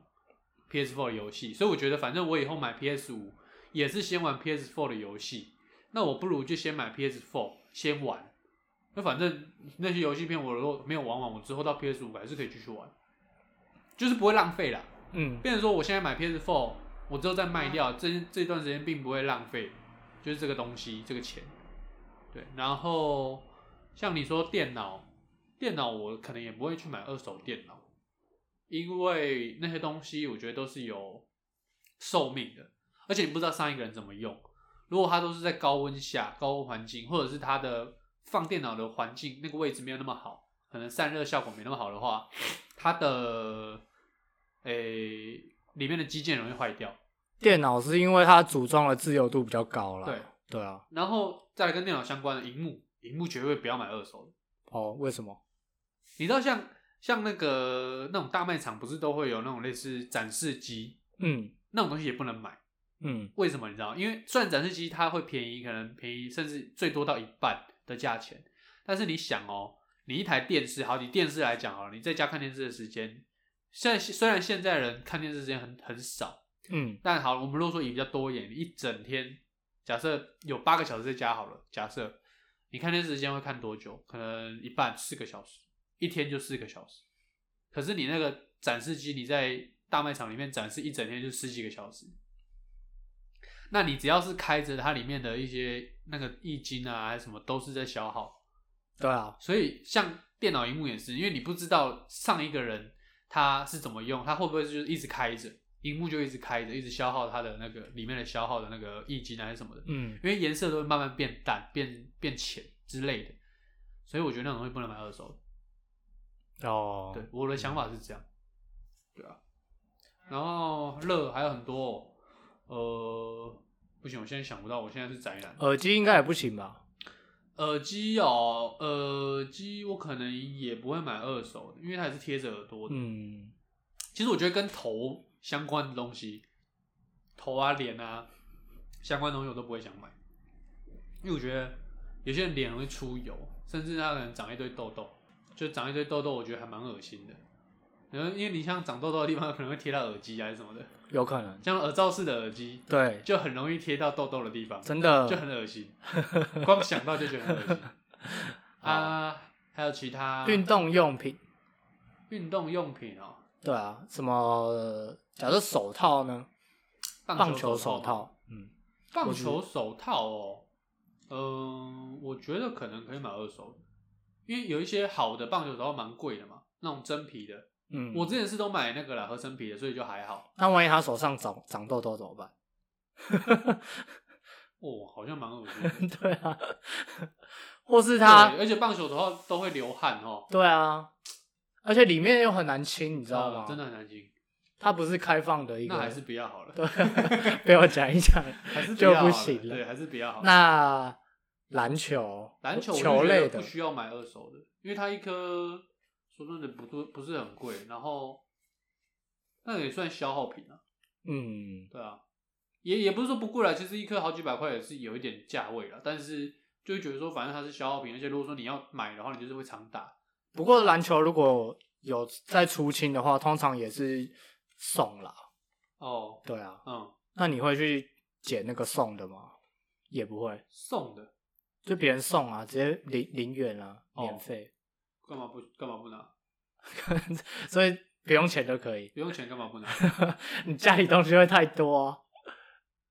Speaker 1: PS4 的游戏，所以我觉得反正我以后买 PS 五也是先玩 PS4 的游戏，那我不如就先买 PS4 先玩，那反正那些游戏片我如果没有玩完，我之后到 PS 五还是可以继续玩，就是不会浪费啦。
Speaker 2: 嗯，
Speaker 1: 变成说我现在买 PS4，我之后再卖掉，这这段时间并不会浪费，就是这个东西这个钱。对，然后像你说电脑，电脑我可能也不会去买二手电脑，因为那些东西我觉得都是有寿命的，而且你不知道上一个人怎么用。如果它都是在高温下、高温环境，或者是它的放电脑的环境那个位置没有那么好，可能散热效果没那么好的话，它的诶、里面的机件容易坏掉。
Speaker 2: 电脑是因为它组装的自由度比较高啦。
Speaker 1: 对，
Speaker 2: 对啊，
Speaker 1: 然后再来跟电脑相关的荧幕，荧幕绝对不要买二手的。
Speaker 2: 哦，为什么？
Speaker 1: 你知道像像那个那种大卖场不是都会有那种类似展示机
Speaker 2: 嗯
Speaker 1: 那种东西也不能买，
Speaker 2: 嗯
Speaker 1: 为什么你知道？因为虽然展示机它会便宜，可能便宜甚至最多到一半的价钱，但是你想哦，你一台电视，好，你电视来讲好哦了，你在家看电视的时间，现在虽然现在人看电视时间很很少，
Speaker 2: 嗯，
Speaker 1: 但好，我们如果说以比较多一点，你一整天，假设有八个小时在家好了，假设你看电视时间会看多久？可能一半四个小时，一天就四个小时。可是你那个展示机，你在大卖场里面展示一整天就十几个小时。那你只要是开着它里面的一些那个液晶啊，还是什么，都是在消耗。
Speaker 2: 对啊，
Speaker 1: 所以像电脑荧幕也是，因为你不知道上一个人他是怎么用，他会不会就是一直开着，荧幕就一直开着，一直消耗他的那个里面的消耗的那个液晶啊还是什么的，
Speaker 2: 嗯
Speaker 1: 因为颜色都会慢慢变淡、变变浅之类的，所以我觉得那种东西不能买二手的。
Speaker 2: 哦，
Speaker 1: 对，我的想法是这样。对啊，然后乐还有很多哦、呃，不行，我现在想不到，我现在是宅男。
Speaker 2: 耳机应该也不行吧？
Speaker 1: 耳机哦，耳机我可能也不会买二手的，因为它也是贴着耳朵的。
Speaker 2: 嗯，
Speaker 1: 其实我觉得跟头相关的东西，头啊、脸啊相关的东西我都不会想买，因为我觉得有些人脸容易出油，甚至他可能长一堆痘痘，就长一堆痘痘，我觉得还蛮恶心的。然后因为你像长痘痘的地方，可能会贴到耳机啊还是什么的，
Speaker 2: 有可能，
Speaker 1: 像耳罩式的耳机
Speaker 2: 对，
Speaker 1: 就很容易贴到痘痘的地方，
Speaker 2: 真的
Speaker 1: 就很恶心，光想到就觉得很恶 心。啊，还有其他
Speaker 2: 运动用品，
Speaker 1: 运动用品哦，
Speaker 2: 对啊，什么假设手套呢？棒球手
Speaker 1: 套吗，
Speaker 2: 套，嗯，
Speaker 1: 棒球手套哦，嗯，我觉得可能可以买二手的，因为有一些好的棒球手套蛮贵的嘛，那种真皮的，
Speaker 2: 嗯，
Speaker 1: 我之前是都买那个啦，合成皮的，所以就还好。
Speaker 2: 那万一他手上长长痘痘怎么办？。
Speaker 1: 哦，好像蛮恶心的
Speaker 2: 对啊，或是 他
Speaker 1: 对，而且棒球手套都会流汗哦，
Speaker 2: 对啊，而且里面又很难清，你知道吗？
Speaker 1: 呃真的很难清，
Speaker 2: 它不是开放的一个，
Speaker 1: 那还是不要好了，
Speaker 2: 对， 被我讲一讲。
Speaker 1: 还是
Speaker 2: 就
Speaker 1: 要好
Speaker 2: 不
Speaker 1: 了
Speaker 2: 行了
Speaker 1: 对，还是比较 好。
Speaker 2: 那篮球，
Speaker 1: 篮球我就
Speaker 2: 球
Speaker 1: 觉
Speaker 2: 类
Speaker 1: 得
Speaker 2: 的
Speaker 1: 不，需要买二手的，因为它一颗说真的不多，不是很贵，然后那也算消耗品啊，
Speaker 2: 嗯，
Speaker 1: 对啊，也也不是说不贵啦，其实一颗好几百块也是有一点价位了，但是就会觉得说反正它是消耗品，而且如果说你要买的话，你就是会常打，
Speaker 2: 不过篮球如果有在出清的话，通常也是送啦。
Speaker 1: 哦，
Speaker 2: 对啊，
Speaker 1: 嗯，
Speaker 2: 那你会去捡那个送的吗？也不会，
Speaker 1: 送的
Speaker 2: 就别人送啊，直接零零元啊，
Speaker 1: 哦
Speaker 2: 免费，
Speaker 1: 干嘛不干嘛不拿？
Speaker 2: 所以不用钱都可以。
Speaker 1: 不用钱干嘛不拿？
Speaker 2: 你家里东西会太多、啊，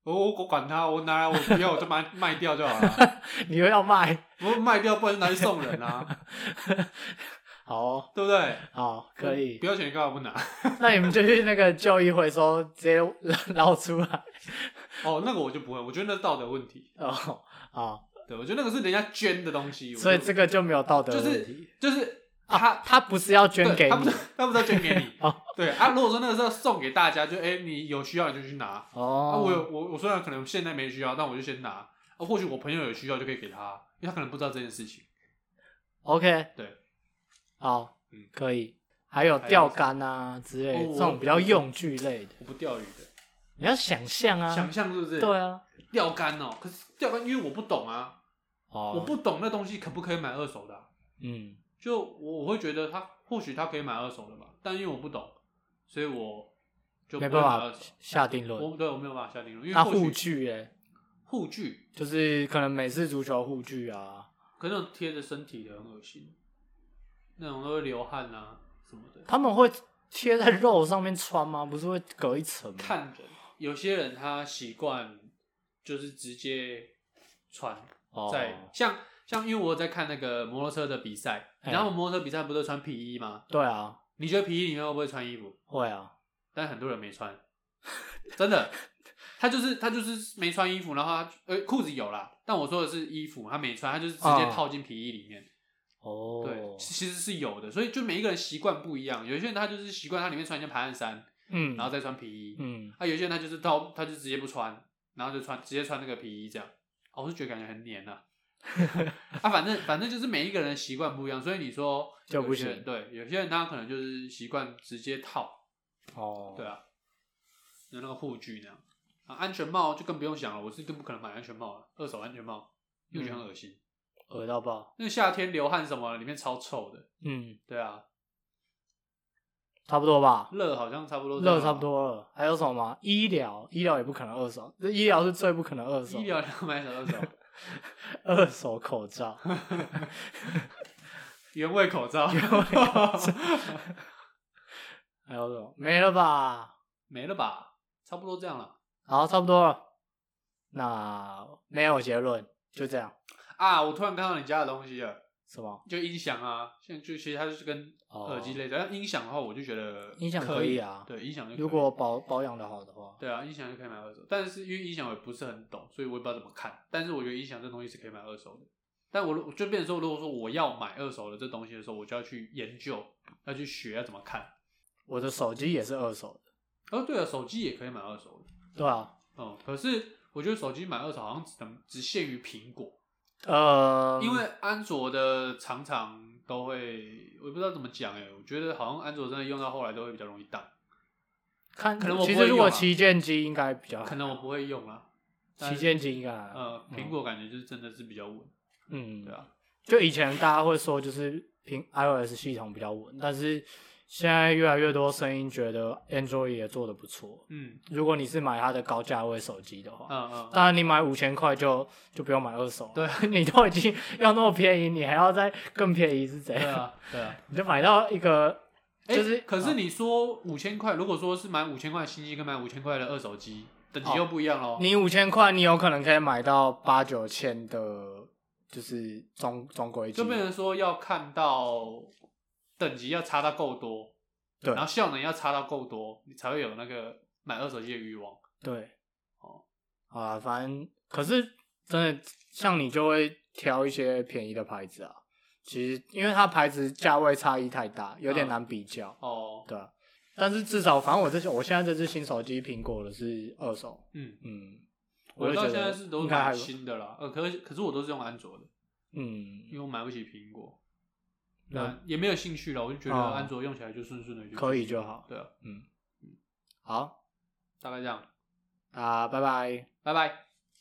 Speaker 1: 我我我管它，我拿来我不要我就把它卖掉就好了，
Speaker 2: 你又要卖，
Speaker 1: 我卖掉不然就拿去送人啊，
Speaker 2: 好哦
Speaker 1: 对不对？
Speaker 2: 好 可以
Speaker 1: 不。要钱干嘛不拿？
Speaker 2: 那你们就去那个旧衣回收，直接捞捞出来
Speaker 1: 哦，那个我就不会，我觉得那是道德问题。
Speaker 2: 哦。好，
Speaker 1: 对，我觉得那个是人家捐的东西，我
Speaker 2: 所以
Speaker 1: 就
Speaker 2: 这个就没有道德
Speaker 1: 就
Speaker 2: 问
Speaker 1: 是
Speaker 2: 题。
Speaker 1: 就是
Speaker 2: 啊
Speaker 1: 他
Speaker 2: 他不是要捐
Speaker 1: 对
Speaker 2: 给
Speaker 1: 他不
Speaker 2: 你
Speaker 1: 是他不知道捐给你
Speaker 2: 哦
Speaker 1: 对啊。如果说那个是要送给大家，就哎、你有需要你就去拿。啊，我
Speaker 2: 哦，
Speaker 1: 有我我虽然可能现在没需要，但我就先拿。啊，或许我朋友有需要就可以给他，因为他可能不知道这件事情。
Speaker 2: OK，
Speaker 1: 对，
Speaker 2: 好
Speaker 1: 嗯，
Speaker 2: 可以。还有钓竿啊之类
Speaker 1: 还
Speaker 2: 的
Speaker 1: 有
Speaker 2: 这种比较用具类的，
Speaker 1: 我不钓鱼的，
Speaker 2: 你要想象啊
Speaker 1: 想，象是不是？
Speaker 2: 对，啊，
Speaker 1: 钓竿哦，可是钓竿因为我不懂啊，我
Speaker 2: 哦，
Speaker 1: 不懂那东西可不可以买二手的啊、
Speaker 2: 嗯，
Speaker 1: 就我我会觉得他或许他可以买二手的吧，但因为我不懂，所以我就
Speaker 2: 没
Speaker 1: 不会
Speaker 2: 办
Speaker 1: 买二
Speaker 2: 法
Speaker 1: 手。
Speaker 2: 下定论。
Speaker 1: 我对我没有办法下定论，因为
Speaker 2: 那护
Speaker 1: 或许
Speaker 2: 具哎，
Speaker 1: 护具
Speaker 2: 就是可能美式足球护具啊，
Speaker 1: 可能贴着身体的很恶心，那种都会流汗啊什么的。
Speaker 2: 他们会贴在肉上面穿吗？不是会隔一层吗？
Speaker 1: 看人，有些人他习惯就是直接穿
Speaker 2: 哦
Speaker 1: 在、像像因为我有在看那个摩托车的比赛，
Speaker 2: 哎
Speaker 1: 然后摩托车比赛不是穿皮衣吗？
Speaker 2: 对啊，
Speaker 1: 你觉得皮衣里面会不会穿衣服？
Speaker 2: 会啊，
Speaker 1: 但很多人没 穿，真的，他就是他就是没穿衣服，然后他呃裤子有啦，但我说的是衣服，他没穿，他就是直接
Speaker 2: 哦
Speaker 1: 套进皮衣里面。
Speaker 2: 哦，
Speaker 1: 对，其实是有的，所以就每一个人习惯不一样，有些人他就是习惯他里面穿一件排汗衫，
Speaker 2: 嗯，
Speaker 1: 然后再穿皮衣，
Speaker 2: 嗯，
Speaker 1: 啊，有些人他就是到他就直接不穿，然后就穿直接穿那个皮衣这样，哦、我是觉得感觉很黏呐、 啊。啊，反正反正就是每一个人习惯不一样，所以你说
Speaker 2: 就
Speaker 1: 有
Speaker 2: 不
Speaker 1: 些人
Speaker 2: 行
Speaker 1: 对，有些人他可能就是习惯直接套，
Speaker 2: 哦，
Speaker 1: 对啊，有那个护具那样啊，安全帽就更不用想了，我是更不可能买安全帽了，二手安全帽，因为我觉得
Speaker 2: 嗯
Speaker 1: 很恶心。
Speaker 2: 恶到爆，
Speaker 1: 那夏天流汗什么，里面超臭的。
Speaker 2: 嗯，
Speaker 1: 对啊，
Speaker 2: 差不多吧，
Speaker 1: 热好像差不多啊这样
Speaker 2: 热
Speaker 1: 吧，
Speaker 2: 差不多了。还有什么吗？医疗，医疗也不可能二手，这医疗是最不可能二手
Speaker 1: 医，疗要买什么二手？
Speaker 2: 二手口罩，
Speaker 1: 原味口 罩，
Speaker 2: 还有什么？没了吧？
Speaker 1: 没了吧？差不多这样了
Speaker 2: 好，差不多了。那没有结论，就这样。
Speaker 1: 啊！我突然看到你家的东西了，
Speaker 2: 什么？
Speaker 1: 就音响啊，现在就其实它就是跟
Speaker 2: 哦
Speaker 1: 耳机类的。但音响的话，我就觉得
Speaker 2: 音响可
Speaker 1: 可
Speaker 2: 以啊
Speaker 1: 对，音响就可以
Speaker 2: 如果保保养的好的话，
Speaker 1: 对啊，音响就可以买二手，但是因为音响我也不是很懂，所以我也不知道怎么看。但是我觉得音响这东西是可以买二手的。但我如就变成说，如果说我要买二手的这东西的时候，我就要去研究，要去学要怎么看。
Speaker 2: 我的手机也是二手的，
Speaker 1: 哦，对了，手机也可以买二手的。
Speaker 2: 对啊，
Speaker 1: 嗯，可是我觉得手机买二手好像只能只限于苹果，
Speaker 2: 呃，
Speaker 1: 因为安卓的常欸常都会，我也不知道怎么讲哎、我觉得好像安卓真的用到后来都会比较容易当。
Speaker 2: 看，
Speaker 1: 可能我
Speaker 2: 其
Speaker 1: 不会
Speaker 2: 实如果
Speaker 1: 用啊
Speaker 2: 旗舰机应该比较好，
Speaker 1: 可能我不会用啦。但
Speaker 2: 旗舰机应该还好
Speaker 1: 呃，苹果感觉就是真的是比较稳，
Speaker 2: 嗯，
Speaker 1: 对啊，
Speaker 2: 就以前大家会说就是苹 iOS 系统比较稳，但是现在越来越多声音觉得 Android 也做的不错。
Speaker 1: 嗯
Speaker 2: 如果你是买它的高价位手机的话，
Speaker 1: 嗯嗯，
Speaker 2: 当然，你买五千块就就不用买二手，
Speaker 1: 对，
Speaker 2: 你都已经要那么便宜，你还要再更便宜是怎
Speaker 1: 对
Speaker 2: 样？
Speaker 1: 啊对啊。
Speaker 2: 你就买到一个，
Speaker 1: 诶
Speaker 2: 就是
Speaker 1: 可
Speaker 2: 啊
Speaker 1: 是你说五千块，如果说是买五千块的新机跟买五千块的二手机，等级又不一样喽。
Speaker 2: 哦你五千块，你有可能可以买到八九千的，就是中中规机
Speaker 1: 就，变成说要看到等级要差到够多，
Speaker 2: 对
Speaker 1: 然后效能要差到够多，你才会有那个买二手机的欲望。
Speaker 2: 对，
Speaker 1: 哦，
Speaker 2: 好啦，反正可是真的像你就会挑一些便宜的牌子啊，其实因为它牌子价位差异太大，有点
Speaker 1: 嗯
Speaker 2: 难比较，
Speaker 1: 哦，
Speaker 2: 对啊、但是至少，反正我这些我现在这只新手机苹果的是二手，
Speaker 1: 嗯，
Speaker 2: 嗯，
Speaker 1: 我
Speaker 2: 就
Speaker 1: 到
Speaker 2: 觉
Speaker 1: 现在
Speaker 2: 得
Speaker 1: 是都
Speaker 2: 应
Speaker 1: 是
Speaker 2: 该还
Speaker 1: 买
Speaker 2: 不
Speaker 1: 新的啦，呃，可是可是我都是用安卓的，因
Speaker 2: 嗯，
Speaker 1: 为我买不起苹果，
Speaker 2: 对
Speaker 1: 那也没有兴趣了，我就觉得
Speaker 2: 嗯哦
Speaker 1: 安卓用起来就顺顺的就
Speaker 2: 可
Speaker 1: 以，
Speaker 2: 以就好。
Speaker 1: 对啊，
Speaker 2: 好
Speaker 1: 大概这样，
Speaker 2: 啊，拜拜。
Speaker 1: 拜拜。